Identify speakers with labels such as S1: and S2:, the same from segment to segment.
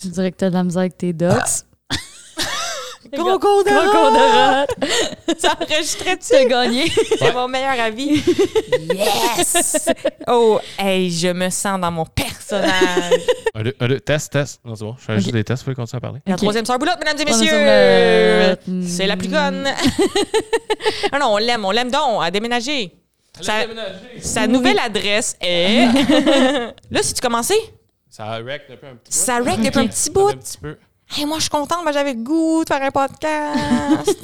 S1: Tu dirais que t'as de la misère avec tes docs.
S2: Concours de
S1: Grand con
S2: rock!
S1: de rate.
S2: Ça enregistrait-tu?
S1: T'as gagné.
S2: C'est mon meilleur avis. Yes! Oh, hey, je me sens dans mon personnage.
S3: Un, deux, un, deux. euh, Test, test. Non, c'est bon. Je fais juste des tests. Vous pouvez continuer à parler.
S2: La
S1: Ok.
S2: troisième sœur boulotte, mesdames et
S1: Troisième
S2: messieurs!
S1: sœur boulotte.
S2: C'est la plus conne. ah non, on l'aime, on l'aime donc. à déménager. Sa, sa nouvelle adresse est... Là, si tu commençais,
S3: Ça wreck depuis un petit bout.
S2: ça règle depuis un petit
S3: Ça fait
S2: bout.
S3: Un petit peu.
S2: Hey, moi, je suis contente, moi, j'avais le goût de faire un podcast. C'est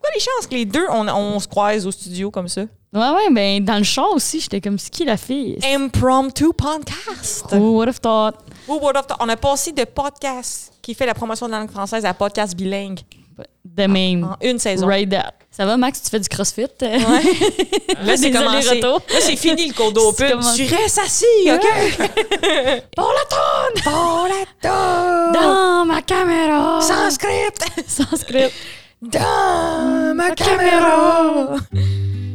S2: quoi les chances que les deux, on, on se croise au studio comme ça?
S1: Ouais, ouais, ben dans le char aussi, j'étais comme, c'est qui la fille?
S2: Impromptu podcast.
S1: Who would have thought?
S2: Who would have thought? On a passé de podcast qui fait la promotion de la langue française à podcast bilingue
S1: The même.
S2: en une saison.
S1: Mm. Right that. Ça va, Max? Tu fais du crossfit?
S2: ah, Ouais. Là, c'est
S1: Des
S2: commencé. Là,
S1: allers-retours.
S2: c'est fini le cours d'open.
S1: C'est commencé.
S2: Tu restes assis, OK? Pour la tonne! Pour la tonne!
S1: Dans ma caméra!
S2: Sans script!
S1: Sans script.
S2: Dans ma caméra!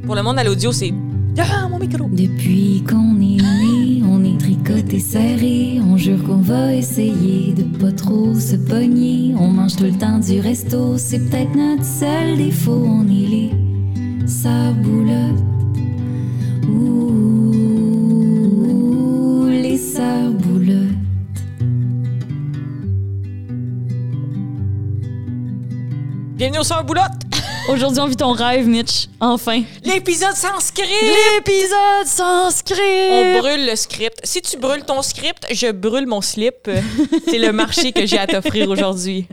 S2: Pour le monde à l'audio, c'est dans mon micro.
S4: Depuis qu'on est né, on est tricoté serré. On jure qu'on va essayer de pas trop se pogner. On mange tout le temps du resto, c'est peut-être notre seul défaut. On est les saboulottes. Ouh, les saboulottes.
S2: Bienvenue au Sœur Boulotte!
S1: Aujourd'hui, on vit ton rêve, Mitch. Enfin.
S2: L'épisode sans script!
S1: L'épisode sans
S2: On
S1: script!
S2: brûle le script. Si tu brûles ton script, je brûle mon slip. C'est le marché que j'ai à t'offrir aujourd'hui.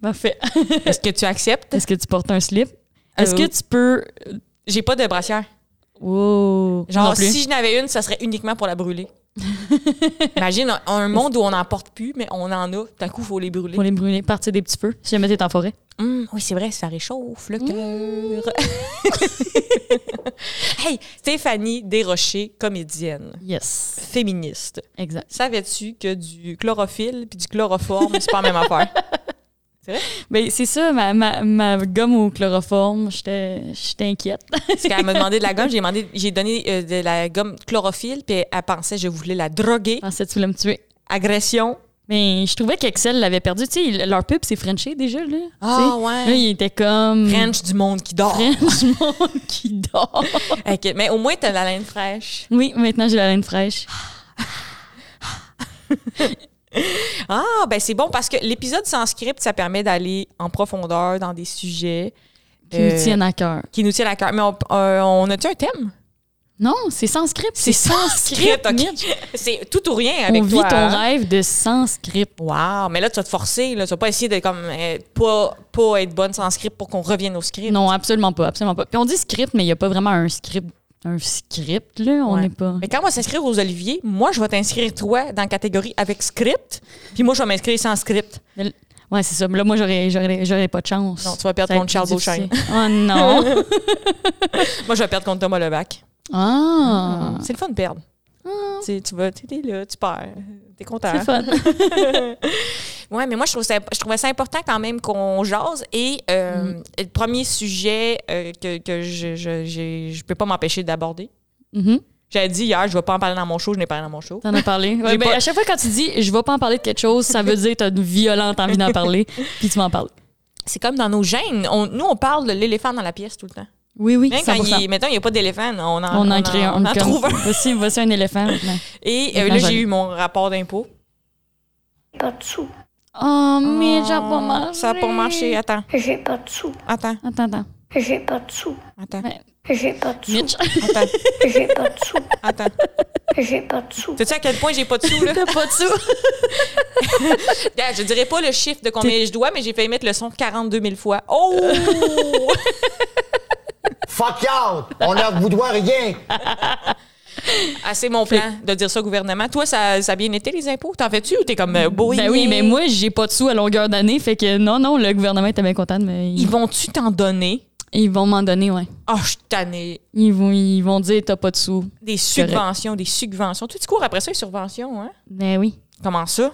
S1: Parfait.
S2: Est-ce que tu acceptes?
S1: Est-ce que tu portes un slip? Est-ce que
S2: Euh,
S1: tu peux.
S2: J'ai pas de brassière.
S1: Wow. Non
S2: Genre,
S1: plus.
S2: si je n'avais une, ça serait uniquement pour la brûler. Imagine un, un monde où on n'en porte plus, mais on en a. D'un coup, il faut les brûler.
S1: Pour les brûler, partir des petits feux. Si jamais t'es en forêt.
S2: Hum, oui, c'est vrai, ça réchauffe le
S1: Mmh.
S2: cœur. hey, Stéphanie Desrochers, comédienne,
S1: Yes.
S2: féministe.
S1: Exact.
S2: Savais-tu que du chlorophylle puis du chloroforme, c'est pas la même affaire?
S1: Ben, c'est ça, ma, ma, ma gomme au chloroforme, j'étais j'étais inquiète.
S2: Parce qu'elle m'a demandé de la gomme, j'ai demandé, j'ai donné euh, de la gomme chlorophylle, puis elle pensait que je voulais la droguer.
S1: Je pensais que tu voulais me tuer.
S2: Agression.
S1: Mais Ben, je trouvais qu'Excel l'avait perdu. Tu sais, il- leur pub, c'est Frenché déjà, là. Tu sais. Là,
S2: Ah ouais.
S1: il était comme.
S2: French du monde qui dort.
S1: French, monde qui dort.
S2: Ok, Mais au moins, t'as la laine fraîche.
S1: Oui, maintenant, j'ai la laine fraîche.
S2: Ah, ben c'est bon parce que l'épisode sans script, ça permet d'aller en profondeur dans des sujets
S1: Qui
S2: euh,
S1: nous tiennent à cœur.
S2: qui nous tiennent à cœur. Mais on, euh, on a-tu un thème?
S1: Non, c'est sans script. C'est sans script,
S2: ok.
S1: Mitch.
S2: C'est tout ou rien avec
S1: On vit
S2: toi.
S1: ton
S2: hein?
S1: rêve de sans script.
S2: Wow, mais là, tu vas te forcer. Là. Tu vas pas essayer de comme, euh, pas, pas être bonne sans script pour qu'on revienne au script.
S1: Non, absolument pas, absolument pas. Puis on dit script, mais il n'y a pas vraiment un script. Un script, là, on
S2: Ouais.
S1: n'est pas.
S2: Mais quand on va s'inscrire aux Oliviers, moi, je vais t'inscrire, toi, dans la catégorie avec script, puis moi, je vais m'inscrire sans script.
S1: Ouais, c'est ça. Mais Là, moi, j'aurais, j'aurais, j'aurais pas de chance.
S2: Non, tu vas perdre
S1: Ça va
S2: contre
S1: être
S2: Charles
S1: plus
S2: Beauchamp.
S1: difficile. Oh non.
S2: Moi, je vais perdre contre Thomas Levac.
S1: Ah,
S2: C'est le fun de perdre. Tu sais, Tu vas, tu es là, tu perds. T'es content.
S1: c'est fun.
S2: Ouais, mais moi, je, trouve ça- je trouvais ça important quand même qu'on jase. Et euh,
S1: Mm.
S2: le premier sujet euh, que, que je, je, j'ai- je peux pas m'empêcher d'aborder.
S1: Mhm.
S2: J'avais dit hier, je vais pas en parler dans mon show, je n'ai pas parlé dans mon show.
S1: T'en as parlé. Ouais,
S2: J'ai
S1: ben,
S2: pas-
S1: À chaque fois quand tu dis je vais pas en parler de quelque chose, ça veut dire que t'as une violente envie d'en parler, puis tu m'en parles.
S2: C'est comme dans nos gènes. On- nous, on parle de l'éléphant dans la pièce tout le temps.
S1: Oui, oui,
S2: Même quand
S1: 100%.
S2: il, mettons, il n'y a pas d'éléphant, on en,
S1: On en crée un.
S2: on en
S1: comme-
S2: trouve un.
S1: Voici, voici un éléphant maintenant.
S2: Et euh,
S1: Maintenant,
S2: là,
S1: j'en
S2: j'ai
S1: ai.
S2: eu mon rapport d'impôt.
S5: Pas de sous.
S1: Oh, mais j'ai pas
S2: Oh,
S1: mangé.
S2: Ça a pas marché. Attends,
S5: J'ai pas de sous.
S2: attends,
S1: Attends, attends.
S5: J'ai pas de sous.
S2: attends,
S1: Ouais.
S5: J'ai pas de sous.
S1: Mitch,
S2: attends,
S5: J'ai pas de sous.
S2: attends.
S5: J'ai pas de sous.
S2: Sais-tu à quel point j'ai pas de sous, là?
S1: t'as pas de sous.
S2: Regarde, je dirais pas le chiffre de combien je dois, mais j'ai failli mettre le son 42 000 fois. Oh!
S6: Fuck y'all! On ne vous doit rien!
S2: Ah, c'est mon plan de dire ça au gouvernement. Toi, ça, ça a bien été, les impôts? T'en fais-tu ou t'es comme euh, bourré?
S1: Ben oui, mais moi, j'ai pas de sous à longueur d'année, fait que non, non, le gouvernement était bien content, mais ils,
S2: Ils vont-tu t'en donner?
S1: ils vont m'en donner, ouais.
S2: Oh, je suis tannée.
S1: Ils vont, ils vont dire t'as pas de sous.
S2: Des
S1: Correct.
S2: subventions, des subventions. Toi, tu cours après ça, les subventions, hein?
S1: Ben oui.
S2: Comment ça?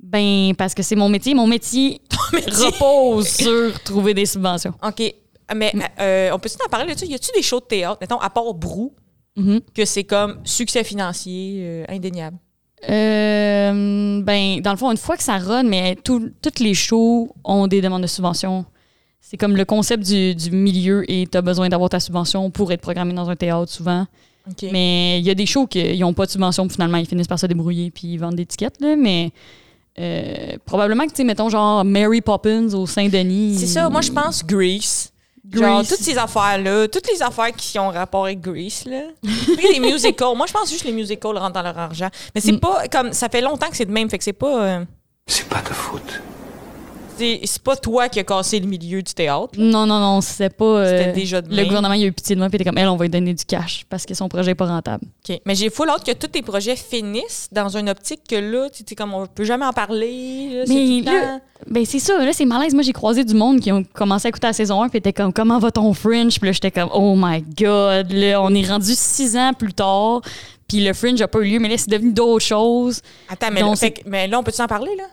S1: Ben, parce que c'est mon métier. Mon métier repose sur trouver des subventions.
S2: OK. Mais euh, on peut-tu en parler là-dessus? Y a-tu des shows de théâtre, mettons, à part Brou,
S1: Mhm.
S2: que c'est comme succès financier euh, indéniable?
S1: Euh, ben, dans le fond, une fois que ça run, mais tout- toutes les shows ont des demandes de subvention. C'est comme le concept du, du milieu et tu as besoin d'avoir ta subvention pour être programmé dans un théâtre souvent.
S2: OK.
S1: Mais il y a des shows qui n'ont pas de subvention, puis finalement, ils finissent par se débrouiller puis ils vendent des tickets. Là, mais euh, probablement que, tu sais, mettons genre Mary Poppins au Saint-Denis.
S2: C'est ça, moi je pense Grease. Genre
S1: Grease.
S2: toutes ces affaires-là, toutes les affaires qui ont rapport avec Grease, là. Puis les musicals. Moi je pense juste que les musicals rentrent dans leur argent. Mais c'est
S1: Mm.
S2: pas comme. Ça fait longtemps que c'est de même, fait que c'est pas. euh,
S7: C'est pas de faute.
S2: c'est c'est pas toi qui as cassé le milieu du théâtre.
S1: Non, non, non, c'était pas. euh,
S2: C'était déjà de
S1: le
S2: même.
S1: gouvernement, il a eu pitié de moi, puis il était comme, elle, on va lui donner du cash parce que son projet n'est pas rentable.
S2: OK. Mais j'ai full hâte que tous tes projets finissent dans une optique que là, tu sais, comme on peut jamais en parler. là, c'est
S1: Mais
S2: tout le
S1: là-
S2: temps-
S1: Ben c'est ça, là c'est malaise. Moi j'ai croisé du monde qui ont commencé à écouter la saison 1 puis étaient comme comment va ton fringe puis là j'étais comme oh my god, là on est rendu six ans plus tard puis le fringe a pas eu lieu mais là c'est devenu d'autres choses.
S2: Attends, mais,
S1: Donc,
S2: là,
S1: c'est-
S2: fait que- mais là, on peut s'en parler, là?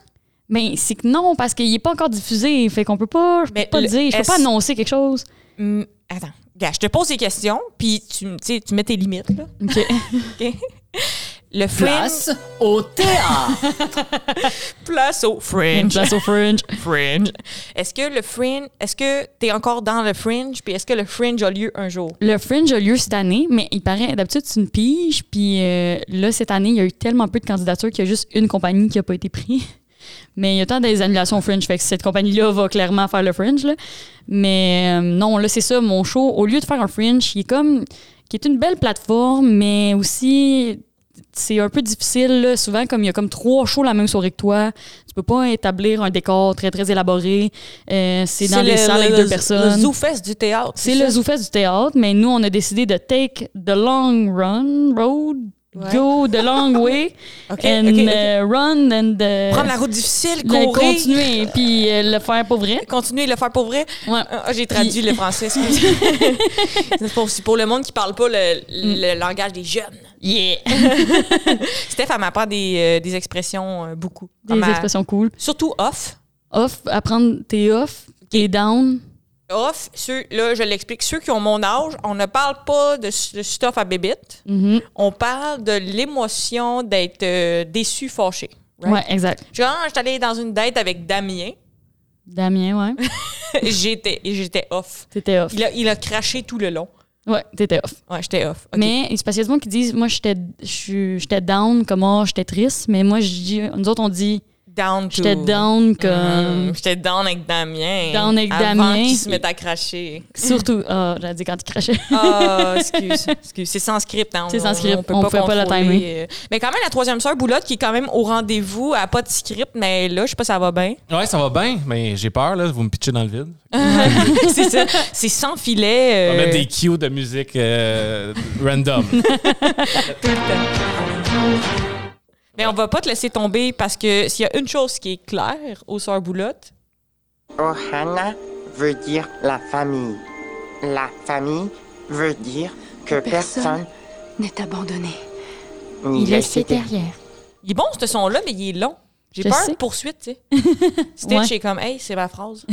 S1: Mais c'est que non parce qu'il est pas encore diffusé, fait qu'on peut pas je peux
S2: Mais
S1: pas
S2: le-
S1: dire, je peux pas
S2: est-ce-
S1: annoncer quelque chose.
S2: Hum, attends, gars, je te pose des questions, puis tu, me- tu sais, tu mets tes limites, là.
S1: OK.
S2: OK? Le fringe.
S8: au théâtre.
S2: Place au
S1: Une
S2: fringe.
S1: place au fringe.
S2: fringe. Est-ce que le fringe. Est-ce que t'es encore dans le fringe, puis est-ce que le fringe a lieu un jour?
S1: Le fringe a lieu cette année, mais il paraît d'habitude c'est une pige puis euh, là cette année il y a eu tellement peu de candidatures qu'il y a juste une compagnie qui a pas été prise. Mais il y a tant des annulations au Fringe, fait que cette compagnie-là va clairement faire le Fringe. Là. Mais euh, non, là, c'est ça, mon show, au lieu de faire un Fringe, il est comme. qui est une belle plateforme, mais aussi. C'est un peu difficile, là. souvent, comme il y a comme trois shows la même soirée que toi, tu peux pas établir un décor très, très élaboré. Euh, c'est dans des
S2: le-
S1: salles
S2: le-
S1: avec
S2: le-
S1: deux personnes.
S2: Le zoufest du théâtre.
S1: C'est le
S2: ça?
S1: ZooFest du théâtre, mais nous, on a décidé de take the long run, road,
S2: Ouais.
S1: go the long way,
S2: OK,
S1: and
S2: OK, OK.
S1: euh, ben, run, and euh,
S2: Prendre la route difficile,
S1: le
S2: courir.
S1: continuer, puis euh, le faire pour vrai.
S2: Continuer de le faire pour vrai.
S1: Ouais.
S2: Ah, ah, j'ai traduit le français, excusez. C'est pour, c'est pour le monde qui parle pas le,
S1: Mm.
S2: le langage des jeunes.
S1: Yeah!
S2: Ah, Steph, elle m'apprend des, euh, des expressions euh, beaucoup.
S1: Des
S2: Elle m'a-
S1: expressions cool.
S2: Surtout off.
S1: Off, apprendre tes off, tes down.
S2: Off, ceux, là, je l'explique, ceux qui ont mon âge, on ne parle pas de, s- de stuff à bébite.
S1: Mhm.
S2: On parle de l'émotion d'être euh, déçu, fâché. right?
S1: Ouais, exact.
S2: Genre, j'étais allée dans une date avec Damien.
S1: Damien, ouais.
S2: j'étais, j'étais off.
S1: T'étais off.
S2: Il a, il a craché tout le long.
S1: Ouais, t'étais off.
S2: Ouais, j'étais off. OK.
S1: Mais c'est parce qu'il y a des gens qui disent, moi, j'étais je- j'étais down, comme oh, j'étais triste, mais moi, je dis, nous autres, on dit,
S2: down to-
S1: j'étais down, comme.
S2: Mm, J'étais down avec Damien.
S1: Down avec
S2: avant
S1: Damien.
S2: qu'il se mette à cracher.
S1: Surtout, ah, j'allais dire quand il crachait.
S2: Ah, excuse, excuse. C'est sans script, hein.
S1: C'est sans
S2: On-
S1: script.
S2: On peut
S1: On
S2: pas,
S1: pouvait pas la
S2: contrôler,
S1: timer.
S2: euh. Mais quand même, la troisième sœur, Boulotte, qui est quand même au rendez-vous, elle a pas de script, mais là, je sais pas, ça va bien.
S3: Ouais, ça va bien, mais j'ai peur, là. Vous me pitchez dans le vide.
S2: c'est ça. C'est sans filet.
S3: On
S2: euh,
S3: va mettre des cues de musique euh, random.
S2: Mais on va pas te laisser tomber parce que s'il y a une chose qui est claire aux sœurs Boulotte,
S9: Ohana veut dire la famille. La famille veut dire que personne,
S10: Personne n'est abandonné.
S9: n'y laisse
S4: derrière.
S2: il est bon, ce son-là, mais il est long. J'ai
S1: Je
S2: peur
S1: sais.
S2: de poursuite, tu sais. Stitch
S1: Ouais.
S2: est comme, hey, c'est ma phrase.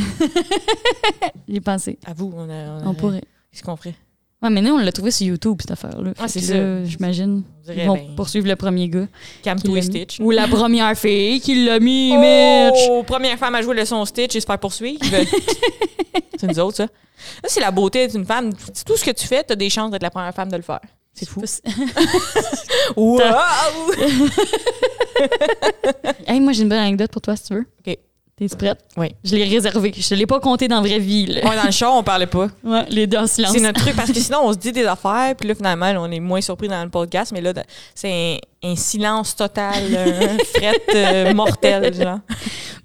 S1: J'ai pensé.
S2: À vous, on, a, on,
S1: On
S2: aurait-
S1: pourrait.
S2: Qu'est-ce qu'on ferait?
S1: Ouais, mais nous, on l'a trouvé sur YouTube, cette affaire-là.
S2: Ouais,
S1: Fait
S2: c'est
S1: que là, J'imagine.
S2: On
S1: Ils
S2: dirait,
S1: vont
S2: ben,
S1: poursuivre le premier gars. qui
S2: calme-toi,
S1: l'a mis.
S2: Stitch.
S1: Ou la première fille qui l'a mis, Mitch.
S2: Oh, première femme à jouer le son Stitch et se faire poursuivre. c'est nous autres, ça. Ça, c'est la beauté d'une femme. Tout ce que tu fais, t'as des chances d'être la première femme de le faire.
S1: C'est fou.
S2: Wow!
S1: hey, moi, j'ai une bonne anecdote pour toi, si tu veux.
S2: OK.
S1: T'es-tu prête?
S2: Oui.
S1: Je l'ai réservée. Je ne l'ai pas compté dans vraie vie. là.
S2: Ouais, dans le show, on parlait pas.
S1: Ouais, les deux en silence.
S2: C'est notre truc, parce que sinon, on se dit des affaires, puis là, finalement, on est moins surpris dans le podcast, mais là, c'est un, un silence total, un fret euh, mortel, genre.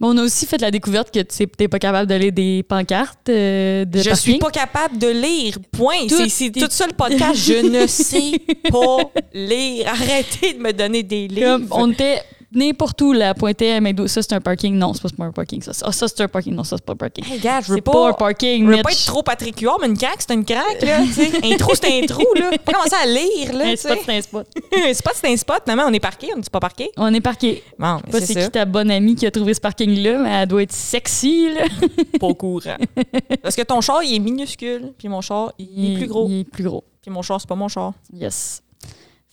S1: Mais on a aussi fait la découverte que tu n'es pas capable de lire des pancartes euh, de
S2: Je
S1: parking.
S2: suis pas capable de lire, point.
S1: Tout
S2: C'est- C'est
S1: est-
S2: tout ça le podcast. Je ne sais pas lire. Arrêtez de me donner des livres.
S1: Comme, on était n'importe où, là, pointé à McDo. Ça, c'est un parking. Non, c'est pas- c'est pas un parking. Ça, ça, Ah, ça, c'est un parking. Non, ça, c'est pas un parking.
S2: Hey, gars, je veux
S1: C'est
S2: pas,
S1: pas, un parking,
S2: je veux
S1: Mitch.
S2: pas être trop Patrick Huard, mais une craque, c'est une craque, là. tu sais. un trou, c'est un trou, là. Faut pas commencer à lire, là.
S1: Un
S2: tu
S1: spot,
S2: sais.
S1: c'est un spot.
S2: Un spot, c'est un spot. Finalement, on est parqué, on n'est pas parqué.
S1: On est parqué.
S2: Bon,
S1: Je sais pas
S2: c'est
S1: c'est
S2: ça.
S1: qui ta bonne amie qui a trouvé ce parking-là, mais elle doit être sexy, là.
S2: Pas au courant. Parce que ton char, il est minuscule, puis mon char, il est plus gros.
S1: Il est plus gros.
S2: Puis mon char, c'est pas mon char.
S1: Yes.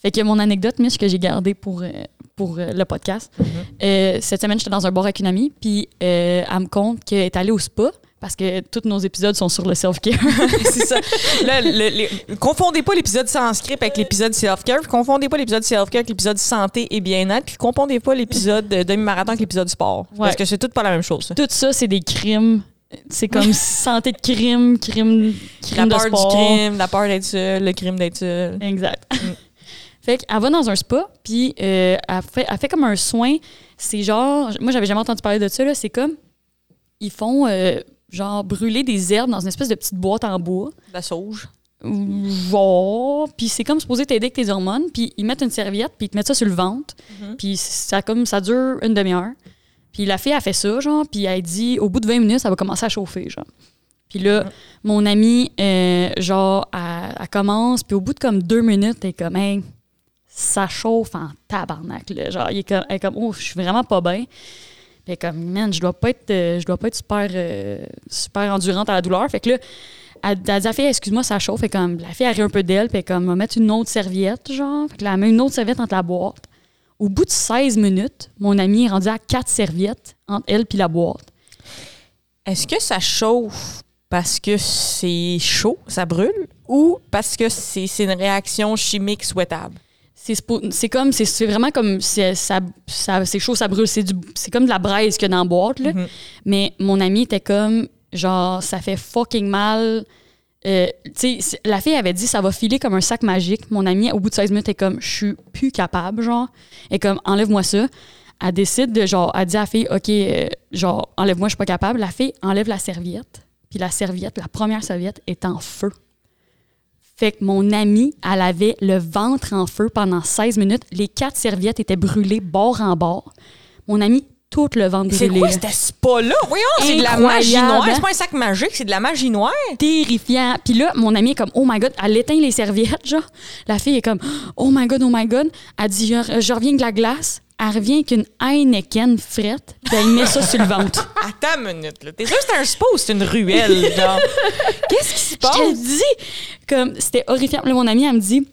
S1: Fait que mon anecdote, Mich, que j'ai gardée pour, euh, pour euh, le podcast,
S2: Mm-hmm.
S1: euh, cette semaine, j'étais dans un bar avec une amie, puis euh, elle me compte qu'elle est allée au spa, parce que tous nos épisodes sont sur le self-care.
S2: c'est ça. Là, le- les- confondez pas l'épisode sans script avec l'épisode self-care. puis Confondez pas l'épisode self-care avec l'épisode santé et bien-être. Puis confondez pas l'épisode de demi-marathon avec l'épisode sport.
S1: Ouais.
S2: Parce que c'est tout pas la même chose. ça.
S1: Tout ça, c'est des crimes. C'est comme santé de crime, crime,
S2: La
S1: crime de
S2: peur
S1: sport.
S2: du crime, la peur d'être seul, le crime d'être seul.
S1: Exact. fait qu'elle va dans un spa, puis euh, elle, fait, elle fait comme un soin. C'est genre, moi j'avais jamais entendu parler de ça, là. c'est comme, ils font euh, genre brûler des herbes dans une espèce de petite boîte en bois.
S2: La sauge.
S1: Genre, puis c'est comme supposé t'aider avec tes hormones, puis ils mettent une serviette, puis ils te mettent ça sur le ventre, puis ça, comme, ça dure une demi-heure. Puis la fille, a fait ça, genre, puis elle dit, au bout de 20 minutes, ça va commencer à chauffer, genre. Puis là, mon amie, euh, genre, elle, elle commence, puis au bout de comme deux minutes, elle est comme, hey, ça chauffe en tabarnak, là. Genre, il est comme, elle est comme, oh, je suis vraiment pas bien. Puis elle est comme, man, je dois pas être, euh, je dois pas être super, euh, super endurante à la douleur. Fait que là, elle, elle dit à la fille, excuse-moi, ça chauffe. Fait comme, la fille, elle rit un peu d'elle, puis elle est comme, on va mettre une autre serviette, genre. Fait que là, elle met une autre serviette entre la boîte. Au bout de 16 minutes, mon amie est rendue à quatre serviettes entre elle puis la boîte.
S2: Est-ce que ça chauffe parce que c'est chaud, ça brûle, ou parce que c'est c'est une réaction chimique souhaitable?
S1: c'est spo- c'est comme c'est- c'est vraiment comme c'est- ça, ça- c'est chaud ça brûle c'est du c'est comme de la braise qu'il y a dans la boîte là. mais mon ami était comme genre ça fait fucking mal Euh, tu sais, c'est- la fille avait dit ça va filer comme un sac magique mon ami au bout de 16 minutes est comme je suis plus capable genre et comme enlève-moi ça elle décide de genre elle dit à la fille OK euh, genre enlève-moi je suis pas capable la fille enlève la serviette puis la serviette la première serviette est en feu fait que mon amie, elle avait le ventre en feu pendant 16 minutes. Les quatre serviettes étaient brûlées bord en bord. Mon amie, tout le ventre
S2: C'est
S1: brûlé.
S2: quoi ce spa-là? Voyons, c'est de la
S1: Incroyable,
S2: magie noire.
S1: hein?
S2: C'est pas un sac magique, c'est de la magie noire.
S1: terrifiant. Puis là, mon amie est comme, oh my god, elle éteint les serviettes, genre. La fille est comme, oh my god, oh my god. Elle dit, je, je reviens de la glace. Elle revient avec une Heineken frette, puis elle met ça sur le ventre.
S2: Attends une minute, là. T'es sûr que c'est un spa ou c'est une ruelle, genre? Qu'est-ce qui se
S1: Je
S2: passe?
S1: te le dis! Comme, c'était horrifiant. Puis Là, mon amie, elle me dit,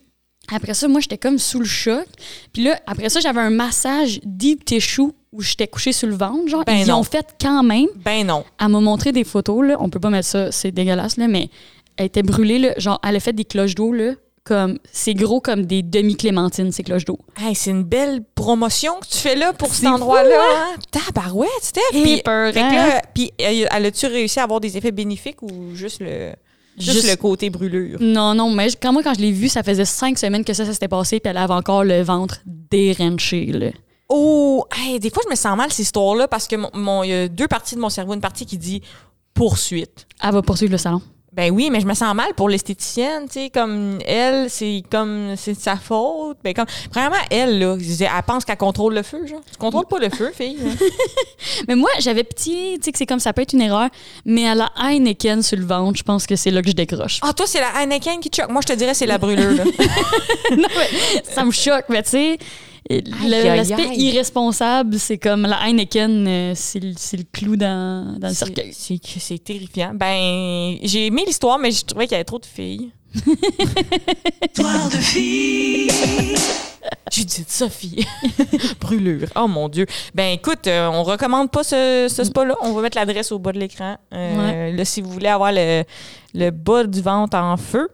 S1: après ça, moi, j'étais comme sous le choc. Puis là, après ça, j'avais un massage deep tissue où j'étais couchée sur le ventre, genre.
S2: Ben
S1: Ils
S2: non.
S1: ont fait quand même.
S2: Ben non.
S1: Elle m'a montré des photos, là. On peut pas mettre ça, c'est dégueulasse, là, mais elle était brûlée, là. Genre, elle a fait des cloches d'eau, là. Comme, c'est gros comme des demi-clémentines, ces cloches d'eau.
S2: Hey, c'est une belle promotion que tu fais là pour cet
S1: C'est fou,
S2: endroit-là. Hein? Tabarouette, Steph.
S1: Et
S2: Puis,
S1: peurant.
S2: fait que là, puis, euh, elle elle a-tu réussi à avoir des effets bénéfiques ou juste le, juste
S1: Juste-
S2: le côté brûlure?
S1: Non, non, mais quand moi, quand je l'ai vue, ça faisait cinq semaines que ça, ça s'était passé, puis elle avait encore le ventre déranché, là.
S2: Oh, hey, des fois, je me sens mal, cette histoire-là, parce que mon- mon- il y a deux parties de mon cerveau. Une partie qui dit poursuite.
S1: Elle va poursuivre le salon.
S2: Ben oui, mais je me sens mal pour l'esthéticienne, tu sais, comme elle, c'est comme c'est de sa faute. Ben comme vraiment elle là, je disais, elle pense qu'elle contrôle le feu, genre. Tu contrôles pas le feu, fille. hein?
S1: Mais moi, j'avais pitié, tu sais, que c'est comme ça peut être une erreur, mais à la Heineken sur le ventre, je pense que c'est là que je décroche.
S2: Ah toi c'est la Anakin qui choque. Moi je te dirais c'est la brûlure. Là.
S1: ça me choque, mais tu sais, le-
S2: aïe,
S1: l'aspect
S2: aïe.
S1: irresponsable, c'est comme la Heineken, euh, c'est le c'est le clou dans, dans le
S2: c'est
S1: cercueil.
S2: c'est- c'est terrifiant. Ben j'ai aimé l'histoire mais je trouvais qu'il y avait trop de filles. Judith Sophie. brûlure. Oh mon dieu. Ben écoute, euh, on recommande pas ce, ce spa là, on va mettre l'adresse au bas de l'écran. Euh, là si vous voulez avoir le, le bas du ventre en feu.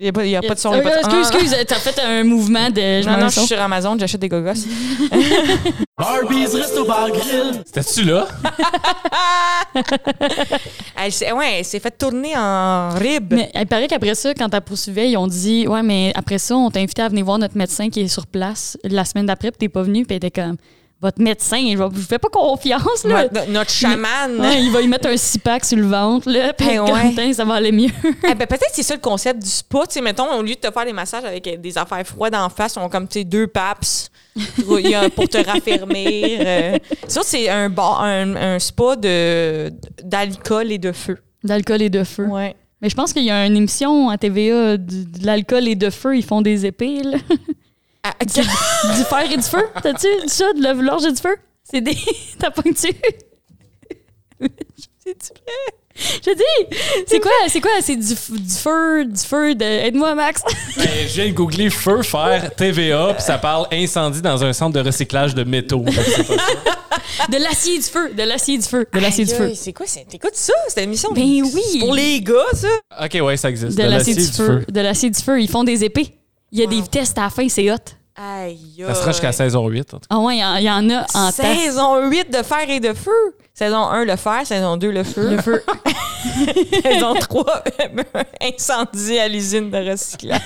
S2: Il n'y a, pas- il y a pas de son. il y a
S1: Euh,
S2: pas de-
S1: excuse,
S2: Ah,
S1: excuse, t'as fait un mouvement de. je
S2: Non,
S1: m'en
S2: non, je
S1: sors.
S2: suis sur Amazon, j'achète des gogos.
S3: C'était-tu là?
S2: elle s'est ouais, elle s'est fait tourner en rib.
S1: Mais il paraît qu'après ça, quand elle poursuivait, ils ont dit Ouais, mais après ça, on t'a invité à venir voir notre médecin qui est sur place la semaine d'après, puis t'es pas venu, puis elle était comme Votre médecin, je vais- je fais pas confiance, là.
S2: Ouais, no- notre chaman.
S1: Ouais, il va y mettre un six pack sur le ventre, là, puis
S2: Eh
S1: comme,
S2: ouais.
S1: Putain, ça va aller mieux.
S2: Eh ben, peut-être que c'est ça le concept du spa. Tu sais, mettons, au lieu de te faire des massages avec euh, des affaires froides en face, on a comme tu sais, deux paps pour il y a- pour te raffermir. euh. Ça, c'est un, bar- un, un spa de, d'alcool et de feu.
S1: D'alcool et de feu.
S2: Ouais.
S1: Mais je pense qu'il y a une émission à TVA du- de, l'alcool et de feu, ils font des épées, là.
S2: Ah,
S1: du fer et du feu. T'as-tu dit ça, de l'orge et du feu? C'est des. T'as pas tu
S2: C'est-tu vrai?
S1: Je dis, c'est quoi, c'est quoi, c'est du, f- du feu, du feu, de... aide-moi Max.
S7: Ben, je viens de googler feu faire TVA, puis ça parle incendie dans un centre de recyclage de métaux. C'est pas ça.
S1: De l'acier du feu, de l'acier du feu, de l'acier du
S2: Aïe,
S1: feu.
S2: aïe, C'est quoi? c'est- T'écoutes ça, cette émission?
S1: Ben oui.
S2: C'est Pour les gars, ça?
S7: OK, ouais, ça existe.
S1: De l'acier du feu, de l'acier du feu. Ils font des épées. Il y a des tests à la fin, c'est hot.
S2: Aïe.
S7: Ça sera jusqu'à saison 8, en tout
S1: Ah ouais, il y en- il y, en a en test.
S2: Saison 8 de fer et de feu. Saison 1, le fer. Saison 2, le feu.
S1: Le feu.
S2: saison 3, incendie à l'usine de recyclage.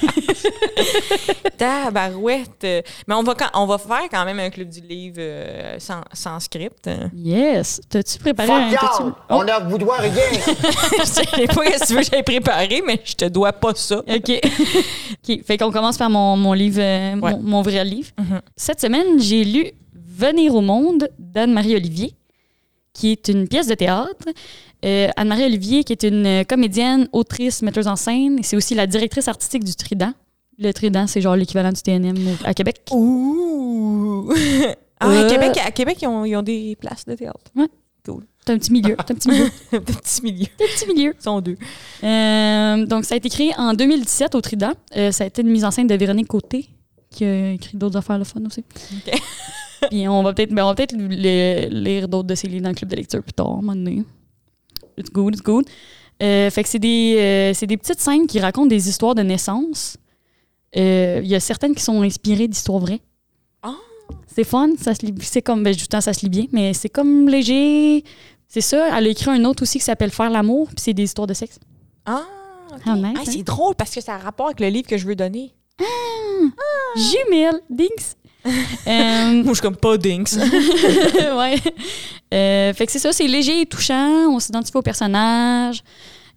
S2: Tabarouette. Mais on va, quand- on va faire quand même un club du livre euh, sans, sans script.
S1: Yes. T'as-tu préparé un.
S6: Fuck
S1: t'as-tu-
S6: out!
S1: Oh,
S6: On ne vous doit rien.
S2: je sais pas ce que tu veux que j'aille préparer, mais je te dois pas ça.
S1: OK. OK. Fait qu'on commence par mon, mon livre, euh, mon-
S2: Ouais.
S1: mon, vrai livre. Cette semaine, j'ai lu Venir au monde d'Anne-Marie Olivier, qui est une pièce de théâtre. Euh, Anne-Marie Olivier, qui est une euh, comédienne, autrice, metteuse en scène, et c'est aussi la directrice artistique du Trident. Le Trident, c'est genre l'équivalent du TNM au- à Québec.
S2: Oh. Ouh! Ah, à,
S1: Euh.
S2: Québec, à Québec, ils ont, ils ont des places de théâtre.
S1: C'est un petit milieu. C'est un petit milieu.
S2: Des petits milieux.
S1: C'est un petit milieu.
S2: Ils sont deux.
S1: Euh, donc, ça a été créé en 2017 au Trident. Euh, ça a été une mise en scène de Véronique Côté, qui a écrit d'autres affaires le fun aussi.
S2: Ok.
S1: Puis on va peut-être ben, on va peut-être le- lire d'autres de ses livres dans le club de lecture plus tard, à un moment donné. It's good, it's good. Euh, fait que c'est des, euh, c'est des petites scènes qui racontent des histoires de naissance. Euh, Il y a certaines qui sont inspirées d'histoires vraies.
S2: Ah!
S1: C'est fun, ça se lit, c'est comme, ben, du temps, ça se lit bien, mais c'est comme léger. C'est ça, elle a écrit un autre aussi qui s'appelle Faire l'amour, puis c'est des histoires de sexe.
S2: Ah! ok.
S1: Ah, nice,
S2: Ah,
S1: hein?
S2: c'est drôle parce que ça a rapport avec le livre que je veux donner.
S1: Jumelle, dings. Euh,
S2: Moi, je suis comme pas dinks.
S1: ouais. Euh, fait que c'est ça, c'est léger et touchant. On s'identifie au personnage.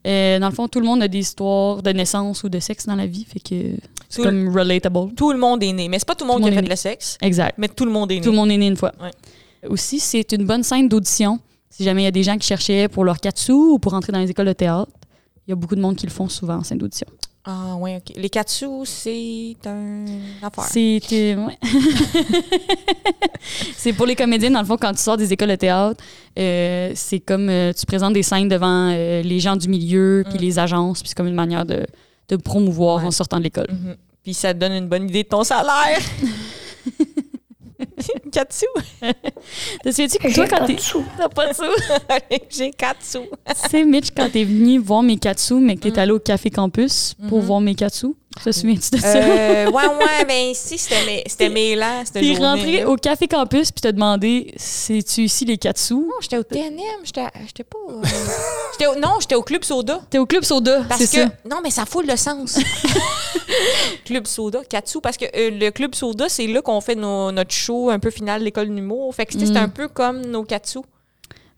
S1: Euh, dans le fond, tout le monde a des histoires de naissance ou de sexe dans la vie. Fait que c'est
S2: Tout-
S1: comme relatable.
S2: tout le monde est né. Mais c'est pas tout le monde
S1: Tout le
S2: qui a
S1: monde
S2: fait
S1: est
S2: le sexe,
S1: Exact.
S2: mais tout le monde est né.
S1: Tout le monde est né une fois.
S2: Ouais.
S1: Aussi, c'est une bonne scène d'audition. Si jamais il y a des gens qui cherchaient pour leur 4 sous ou pour entrer dans les écoles de théâtre, il y a beaucoup de monde qui le font souvent en scène d'audition.
S2: Ah, ouais, OK. Les quatre sous, c'est un affaire.
S1: C'est euh, ouais. C'est pour les comédiens, dans le fond, quand tu sors des écoles de théâtre, euh, c'est comme euh, tu présentes des scènes devant euh, les gens du milieu, puis
S2: Mm.
S1: les agences, puis c'est comme une manière de, de promouvoir
S2: Ouais.
S1: en sortant de l'école.
S2: Mhm. Puis ça te donne une bonne idée de ton salaire. quatre sous. Mm.
S1: Te souviens-tu que
S5: J'ai
S1: toi,
S5: pas
S1: quand t'es.
S5: de sous.
S2: T'as pas de sous. J'ai quatre sous.
S1: C'est Mitch, quand t'es venu voir mes sous, mais que t'es allé au Café Campus pour
S2: Mhm.
S1: voir mes sous. Te souviens-tu de ça?
S2: Mm. Euh, ouais, ouais, ben ici, c'était mes- c'était mêlant, cette
S1: T'es
S2: journée.
S1: rentré au Café Campus, puis t'as demandé, c'est-tu ici les sous?
S2: Non, j'étais au TNM, j'étais j'étais pas... euh, j'étais au- non, j'étais au Club Soda.
S1: T'es au Club Soda,
S2: Parce
S1: c'est
S2: que...
S1: ça?
S2: Non, mais ça fout le sens. Club Soda, quatre sous. Parce que euh, le Club Soda, c'est là qu'on fait nos- notre show un peu final de l'école d'humour. Fait que c'était
S1: Mm.
S2: c'était un peu comme nos quatre sous.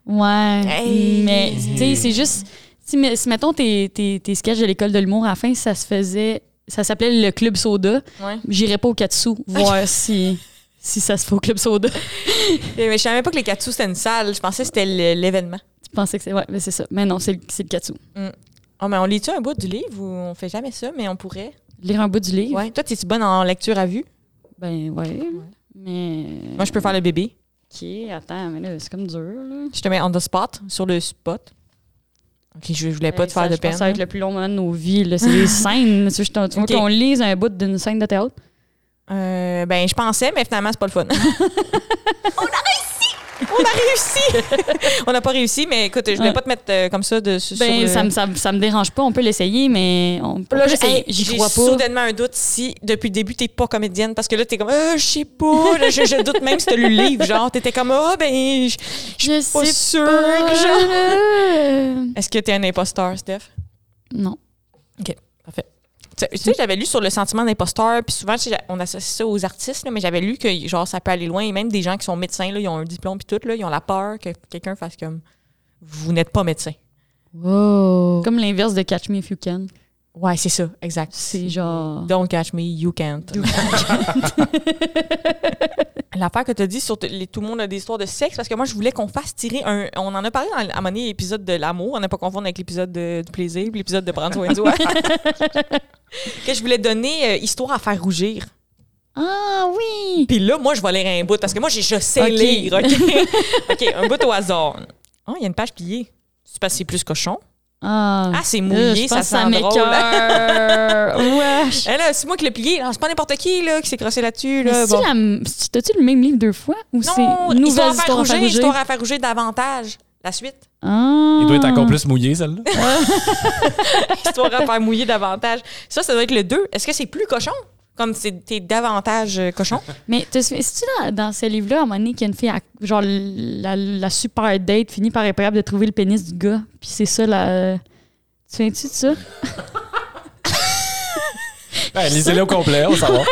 S1: Ouais.
S2: Hey.
S1: Mais, tu
S2: Mm-hmm.
S1: sais, c'est juste. Si, mais- si, mettons, tes, tes, tes sketchs de l'école de l'humour, à la fin, ça se faisait. Ça s'appelait le Club Soda.
S2: Ouais.
S1: J'irais pas au Katsu voir si, si ça se fait au Club Soda.
S2: Mais mais je savais pas que les quatre sous, c'était une salle. Je pensais que c'était le- l'événement.
S1: tu pensais que c'est. Ouais, mais c'est ça. Mais non, c'est le, c'est le Katsu.
S2: Ah, mais on lit-tu un bout du livre ou on fait jamais ça, mais on pourrait?
S1: Lire un bout du livre.
S2: Ouais. Toi, t'es-tu bonne en lecture à vue?
S1: Ben, ouais. Mais.
S2: Moi, je peux faire le bébé.
S1: Ok, attends, mais là, c'est comme dur, là.
S2: Je te mets on the spot, sur le spot. OK, je je voulais pas
S1: Hey,
S2: te faire
S1: ça,
S2: de
S1: je pense
S2: peine.
S1: que Ça va être le plus long moment de nos vies, là. C'est les scènes. Tu, sais, je t'en- tu vois
S2: Ok.
S1: qu'on lise un bout d'une scène de théâtre.
S2: Euh, ben, je pensais, mais finalement, c'est pas le fun. on a réussi! On a réussi! on n'a pas réussi, mais écoute, je voulais
S1: Ouais.
S2: pas te mettre euh, comme ça de, sur
S1: Ben,
S2: le-
S1: ça, me, ça, me- ça me dérange pas. On peut l'essayer, mais. On, on peut
S2: Là,
S1: l'essayer.
S2: hey,
S1: J'y
S2: j'ai
S1: crois pas.
S2: soudainement un doute si, depuis le début, t'es pas comédienne. Parce que là, t'es comme, euh, je sais pas. Là, je, je doute même si t'as lu le livre. Genre, t'étais comme, ah, ben, je-
S1: Je
S2: pas
S1: sais
S2: sûre,
S1: pas,
S2: genre.
S1: là.
S2: Est-ce que t'es un imposteur, Steph?
S1: Non.
S2: Tu tu sais, j'avais lu sur le sentiment d'imposteur, puis souvent, tu sais, j'a- on associe ça aux artistes, là, mais j'avais lu que, genre, ça peut aller loin. Et même des gens qui sont médecins, là, ils ont un diplôme, puis tout, là, ils ont la peur que quelqu'un fasse comme, vous n'êtes pas médecin.
S1: Comme l'inverse de Catch Me If You Can.
S2: Ouais, c'est ça, exact.
S1: C'est genre.
S2: Don't catch me, you can't. L'affaire que tu as dit sur t- les, tout le monde a des histoires de sexe, parce que moi, je voulais qu'on fasse tirer un. On en a parlé dans, à mon épisode de l'amour, on n'a pas confondre avec l'épisode de- du plaisir, puis l'épisode de prendre soin de soi. que je voulais donner euh, histoire à faire rougir.
S1: Ah oui!
S2: Puis là, moi, je vais lire un bout, parce que moi, j'ai- je sais
S1: Ok.
S2: lire, OK? OK, un bout au hasard. Oh, il y a une page pliée. C'est parce que c'est plus cochon.
S1: Ah,
S2: Ah,
S1: euh,
S2: c'est
S1: je
S2: mouillé,
S1: pense que
S2: ça
S1: ça
S2: sent drôle.
S1: m'écoeure. Wesh.
S2: Eh là, c'est moi qui l'ai plié. Ah, C'est pas n'importe qui là, qui s'est crossé là-dessus. Là.
S1: Mais
S2: Bon.
S1: c'est-tu la- c'est- T'as-tu le même livre deux fois ou
S2: Non,
S1: c'est nouvelle
S2: histoire
S1: histoire,
S2: à faire
S1: à faire
S2: rouger,
S1: rougir?
S2: histoire à faire rouger davantage. La suite.
S1: Ah.
S7: Il doit être
S2: Hmm.
S7: encore plus mouillé, celle-là.
S2: Histoire à faire mouiller davantage. Ça, ça doit être le 2. Est-ce que c'est plus cochon? Comme c'est- t'es davantage euh, cochon.
S1: Mais te souvi- c'est-tu dans, dans ce livre-là, à un moment donné, qu'il y a une fille, à- genre la, la super date finit par être capable de trouver le pénis du gars? Puis c'est ça, la. Tu te souviens-tu de ça?
S7: Ben, Lisez-le au complet, on va savoir.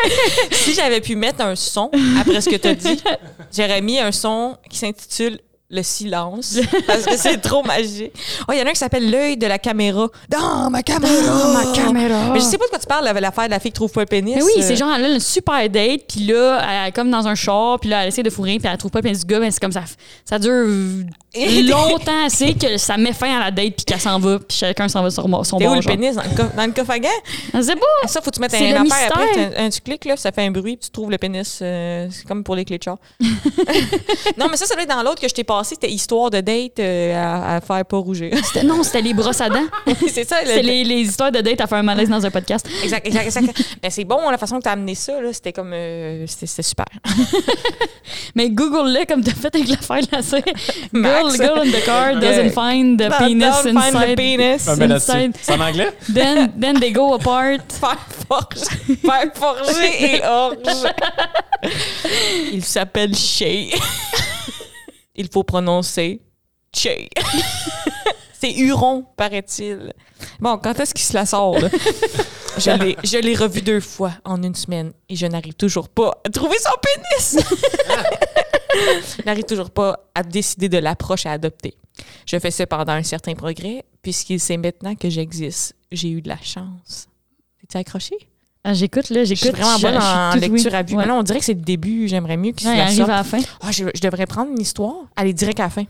S2: si j'avais pu mettre un son après ce que t'as dit, j'aurais mis un son qui s'intitule Le silence parce que c'est trop magique. Oh, il y en a un qui s'appelle L'œil de la caméra. Dans ma caméra!
S1: caméra!
S2: Oh. Mais je sais pas de quoi tu parles, la- l'affaire de la fille qui trouve pas le pénis.
S1: Mais oui,
S2: Euh,
S1: c'est genre, elle a une super date, puis là, elle est comme dans un char, puis là, elle essaie de fourrer, puis elle trouve pas le pénis du gars, mais c'est comme ça. Ça dure euh, longtemps assez que ça met fin à la date, puis qu'elle s'en va, puis chacun s'en va sur mo- son
S2: T'es où
S1: bord.
S2: le
S1: genre.
S2: pénis? Dans le, coff- dans le coffre à gants?
S1: Ah, C'est beau!
S2: Ah, Ça, faut que tu mettes un
S1: C'est le
S2: affaire
S1: mystère.
S2: après, tu, un- tu cliques, là, ça fait un bruit, puis tu trouves le pénis. euh, c'est comme pour les clés de char. non, mais ça, ça doit être dans l'autre que je t'ai passé. C'était histoire de date euh, à, à faire pas rougir.
S1: C'était- Non, c'était les brosses à dents.
S2: c'est ça, le-
S1: C'est les, les histoires de date à faire un malaise dans un podcast.
S2: Exact, exact, exact. Ben, c'est bon, la façon que tu as amené ça, là, c'était comme. euh, c'était c'était super.
S1: Mais Google-le comme t'as fait avec l'affaire glacée. Girl,
S2: Max.
S1: girl in the car doesn't
S2: Yeah.
S1: find the
S2: Don't-
S1: penis
S2: don't find the
S1: inside.
S2: penis.
S7: Ah, ben, là-dessus.
S1: Inside.
S7: C'est en anglais?
S1: Then, then they go apart.
S2: Faire forger, faire forger et orge. Il s'appelle Shay. Il faut prononcer Shay. C'est Huron, paraît-il. Bon, quand est-ce qu'il se la sort, là? Je l'ai- Je l'ai revu deux fois en une semaine et je n'arrive toujours pas à trouver son pénis. je n'arrive toujours pas à décider de l'approche à adopter. Je fais cependant un certain progrès puisqu'il sait maintenant que j'existe. J'ai eu de la chance. T'es accroché?
S1: Ah, j'écoute, là,
S2: Je suis
S1: j'écoute.
S2: vraiment
S1: je-
S2: bonne
S1: je suis
S2: en
S1: toute
S2: lecture
S1: oui.
S2: à vue.
S1: Ouais.
S2: Mais là, on dirait que c'est le début. J'aimerais mieux qu'il
S1: Ouais, hein,
S2: se
S1: il
S2: la
S1: arrive à
S2: sorte.
S1: la fin.
S2: Ah, je, je devrais prendre une histoire, aller direct à la fin.